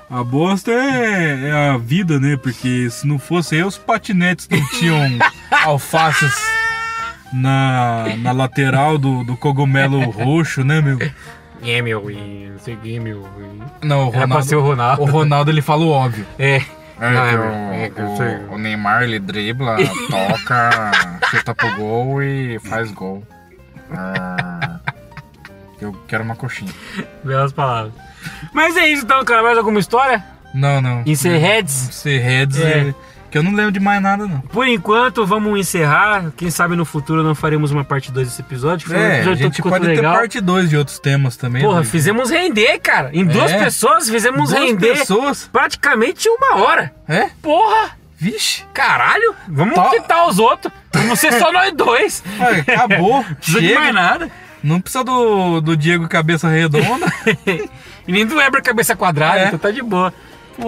S2: A bosta é, é a vida, né? Porque se não fosse eu, os patinetes não tinham alfaces na, na lateral do, do cogumelo roxo, né, meu?
S1: É, meu, e não sei o que, meu. e-
S2: Não, É o
S1: Era pra ser
S2: Ronaldo,
S1: o Ronaldo.
S2: o Ronaldo ele fala o óbvio.
S1: É. Não, é,
S2: que
S1: meu, é que eu sei.
S2: o Neymar ele dribla, toca, chuta pro gol e faz gol. Ah, eu quero uma coxinha.
S1: Belas palavras. Mas é isso então, cara. Mais alguma história?
S2: Não, não.
S1: Encerreads?
S2: Encerredes,
S1: É.
S2: é. que eu não lembro de mais nada, não.
S1: Por enquanto, vamos encerrar. Quem sabe no futuro não faremos uma parte 2 desse episódio. que Foi um
S2: É, a
S1: episódio
S2: gente
S1: tanto quanto
S2: pode
S1: legal.
S2: ter parte 2 de outros temas também.
S1: Porra,
S2: né?
S1: fizemos render, cara. Em duas
S2: É.
S1: pessoas, fizemos
S2: Duas
S1: render
S2: pessoas.
S1: praticamente uma hora.
S2: É?
S1: Porra!
S2: Vixe.
S1: Caralho, vamos
S2: Tá.
S1: quitar os outros. Vamos ser só nós dois.
S2: Olha, acabou.
S1: Não precisa de mais
S2: Chega.
S1: nada.
S2: Não precisa do, do Diego Cabeça Redonda.
S1: E nem do Weber cabeça quadrada,
S2: É.
S1: então tá de boa.
S2: Pô,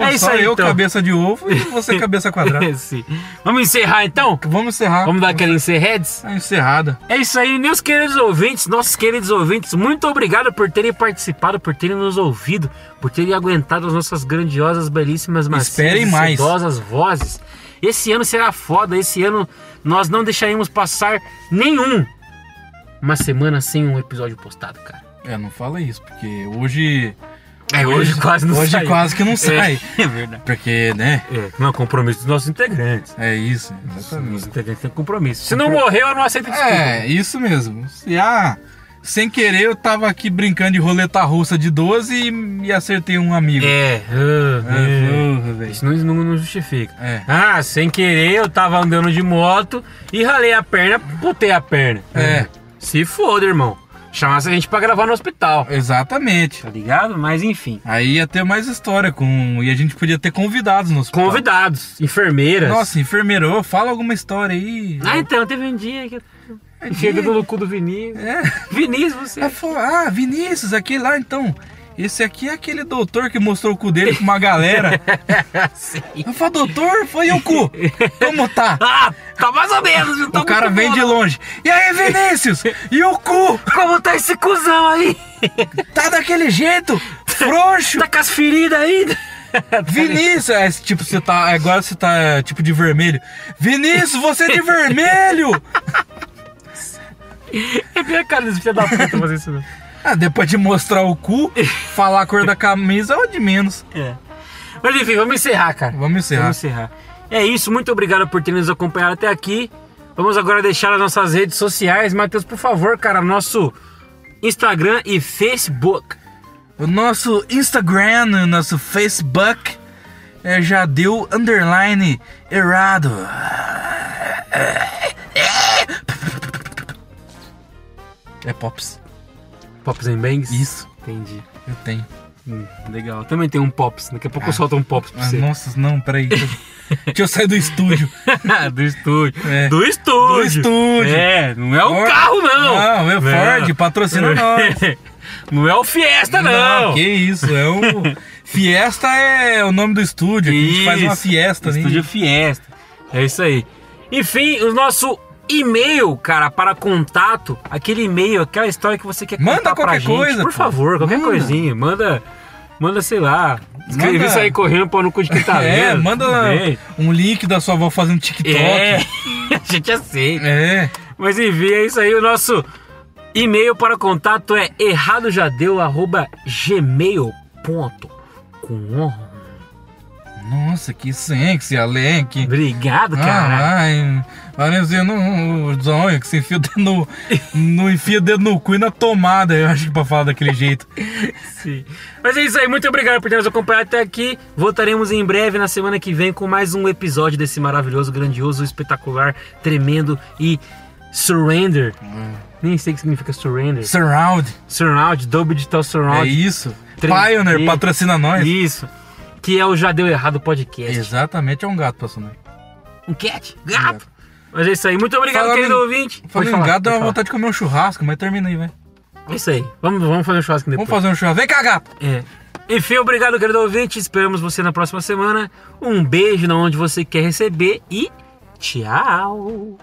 S1: é isso
S2: só
S1: aí,
S2: eu,
S1: então.
S2: cabeça de ovo, e você, cabeça quadrada.
S1: Sim. Vamos encerrar então?
S2: Vamos encerrar.
S1: Vamos dar aquela encerreads?
S2: Tá encerrada.
S1: É isso aí, meus queridos ouvintes, nossos queridos ouvintes, muito obrigado por terem participado, por terem nos ouvido, por terem aguentado as nossas grandiosas, belíssimas, macias,
S2: Esperem
S1: e
S2: mais.
S1: sedosas vozes. Esse ano será foda, esse ano nós não deixaremos passar nenhum uma semana sem um episódio postado, cara.
S2: É, não fala isso, porque hoje
S1: É, hoje quase não
S2: Hoje
S1: sai.
S2: quase que não sai.
S1: É, é verdade.
S2: Porque, né?
S1: É, não é compromisso dos nossos integrantes.
S2: É isso.
S1: Os
S2: Exatamente.
S1: integrantes têm compromisso. Se não morreu, eu não aceito desculpa.
S2: É, isso mesmo. Se ah, sem querer eu tava aqui brincando de roleta russa de 12 e, e acertei um amigo.
S1: É.
S2: Ah,
S1: ah,
S2: porra,
S1: ah.
S2: velho.
S1: Isso não, não, não justifica.
S2: É.
S1: Ah, sem querer, eu tava andando de moto e ralei a perna, putei a perna.
S2: É.
S1: Se foda, irmão. Chamasse a gente pra gravar no hospital.
S2: Exatamente.
S1: Tá ligado? Mas enfim.
S2: Aí ia ter mais história com. E a gente podia ter convidados nos
S1: Convidados, enfermeiras.
S2: Nossa, enfermeiro, ô, fala alguma história aí.
S1: Ah, então, teve um dia que eu... Chega do cu do Vinícius.
S2: É.
S1: Vinícius, você...
S2: Aí falou, ah, Vinícius, aquele lá então. Esse aqui é aquele doutor que mostrou o cu dele pra uma galera. Eu falo, doutor, foi o cu. Como tá?
S1: Ah, tá mais ou menos. viu? Tô
S2: O cara
S1: muito
S2: vem
S1: bom.
S2: de longe. E aí, Vinícius? E o cu?
S1: Como tá esse cuzão aí?
S2: Tá daquele jeito? Frouxo?
S1: Tá com as feridas ainda?
S2: Vinícius, é, tipo, você tá. Agora você tá é, tipo de vermelho. Vinícius, você é de vermelho!
S1: É pior cara desse filho da puta fazer isso não.
S2: Ah, depois de mostrar o cu, falar a cor da camisa é o de menos.
S1: É. Mas enfim, vamos encerrar, cara.
S2: Vamos encerrar.
S1: Vamos encerrar. É isso, muito obrigado por ter nos acompanhado até aqui. Vamos agora deixar as nossas redes sociais. Matheus, por favor, cara, nosso Instagram e Facebook.
S2: O nosso Instagram, o nosso Facebook é, já deu underline errado. É Pops.
S1: Pops and Bangs?
S2: Isso.
S1: Entendi.
S2: Eu tenho.
S1: Hum, legal. Também tem um Pops. Daqui a pouco eu solto um Pops pra
S2: Ah,
S1: você.
S2: nossa, não, peraí. Deixa eu- deixa eu sair do estúdio.
S1: do estúdio.
S2: É.
S1: Do estúdio.
S2: Do estúdio.
S1: É, não é o
S2: Ford.
S1: carro, não.
S2: Não, é o Ford, patrocina nós.
S1: Não é o Fiesta, não.
S2: Que isso, é um. Fiesta é o nome do estúdio. que A gente faz uma
S1: Isso.
S2: fiesta, né?
S1: Estúdio Fiesta. É isso aí. Enfim, o nosso e-mail, cara, para contato, aquele e-mail, aquela história que você quer
S2: Manda
S1: contar pra
S2: qualquer
S1: gente,
S2: coisa,
S1: por
S2: pô.
S1: favor, qualquer
S2: Manda.
S1: coisinha, manda, manda sei lá, escrevi
S2: Manda.
S1: isso aí correndo para no cu de quem tá
S2: É,
S1: vendo,
S2: manda
S1: tudo bem.
S2: um link da sua avó fazendo TikTok.
S1: É, a gente aceita.
S2: É.
S1: Mas enfim, é isso aí, o nosso e-mail para contato é erradojadeu@gmail.com.
S2: Nossa, que sexy, Alec.
S1: Obrigado,
S2: Ah,
S1: cara.
S2: Caralho. Parece eu não- o zóio que você enfia o dedo no, no. Enfia o dedo no cu e na tomada, eu acho que pra falar daquele jeito.
S1: Sim. Mas é isso aí, muito obrigado por ter nos acompanhado até aqui. Voltaremos em breve na semana que vem com mais um episódio desse maravilhoso, grandioso, espetacular, tremendo e surrender.
S2: É.
S1: Nem sei o que significa surrender.
S2: Surround.
S1: Surround, Double Digital
S2: É
S1: Surround.
S2: isso.
S1: 3D.
S2: Pioneer, patrocina nós.
S1: isso. Que é o Já Deu Errado Podcast.
S2: Exatamente, é um gato passando aí.
S1: Um cat? Gato! Mas é isso aí, muito obrigado,
S2: Falando
S1: querido
S2: em-
S1: ouvinte. Pode
S2: Falei em
S1: falar,
S2: gato,
S1: pode
S2: dá uma
S1: falar.
S2: vontade de comer um churrasco, mas termina aí, velho.
S1: É isso aí. Vamos, vamos fazer um churrasco depois.
S2: Vamos fazer um churrasco. Vem cá, gato!
S1: É. Enfim, obrigado, querido ouvinte. Esperamos você na próxima semana. Um beijo na onde você quer receber e tchau!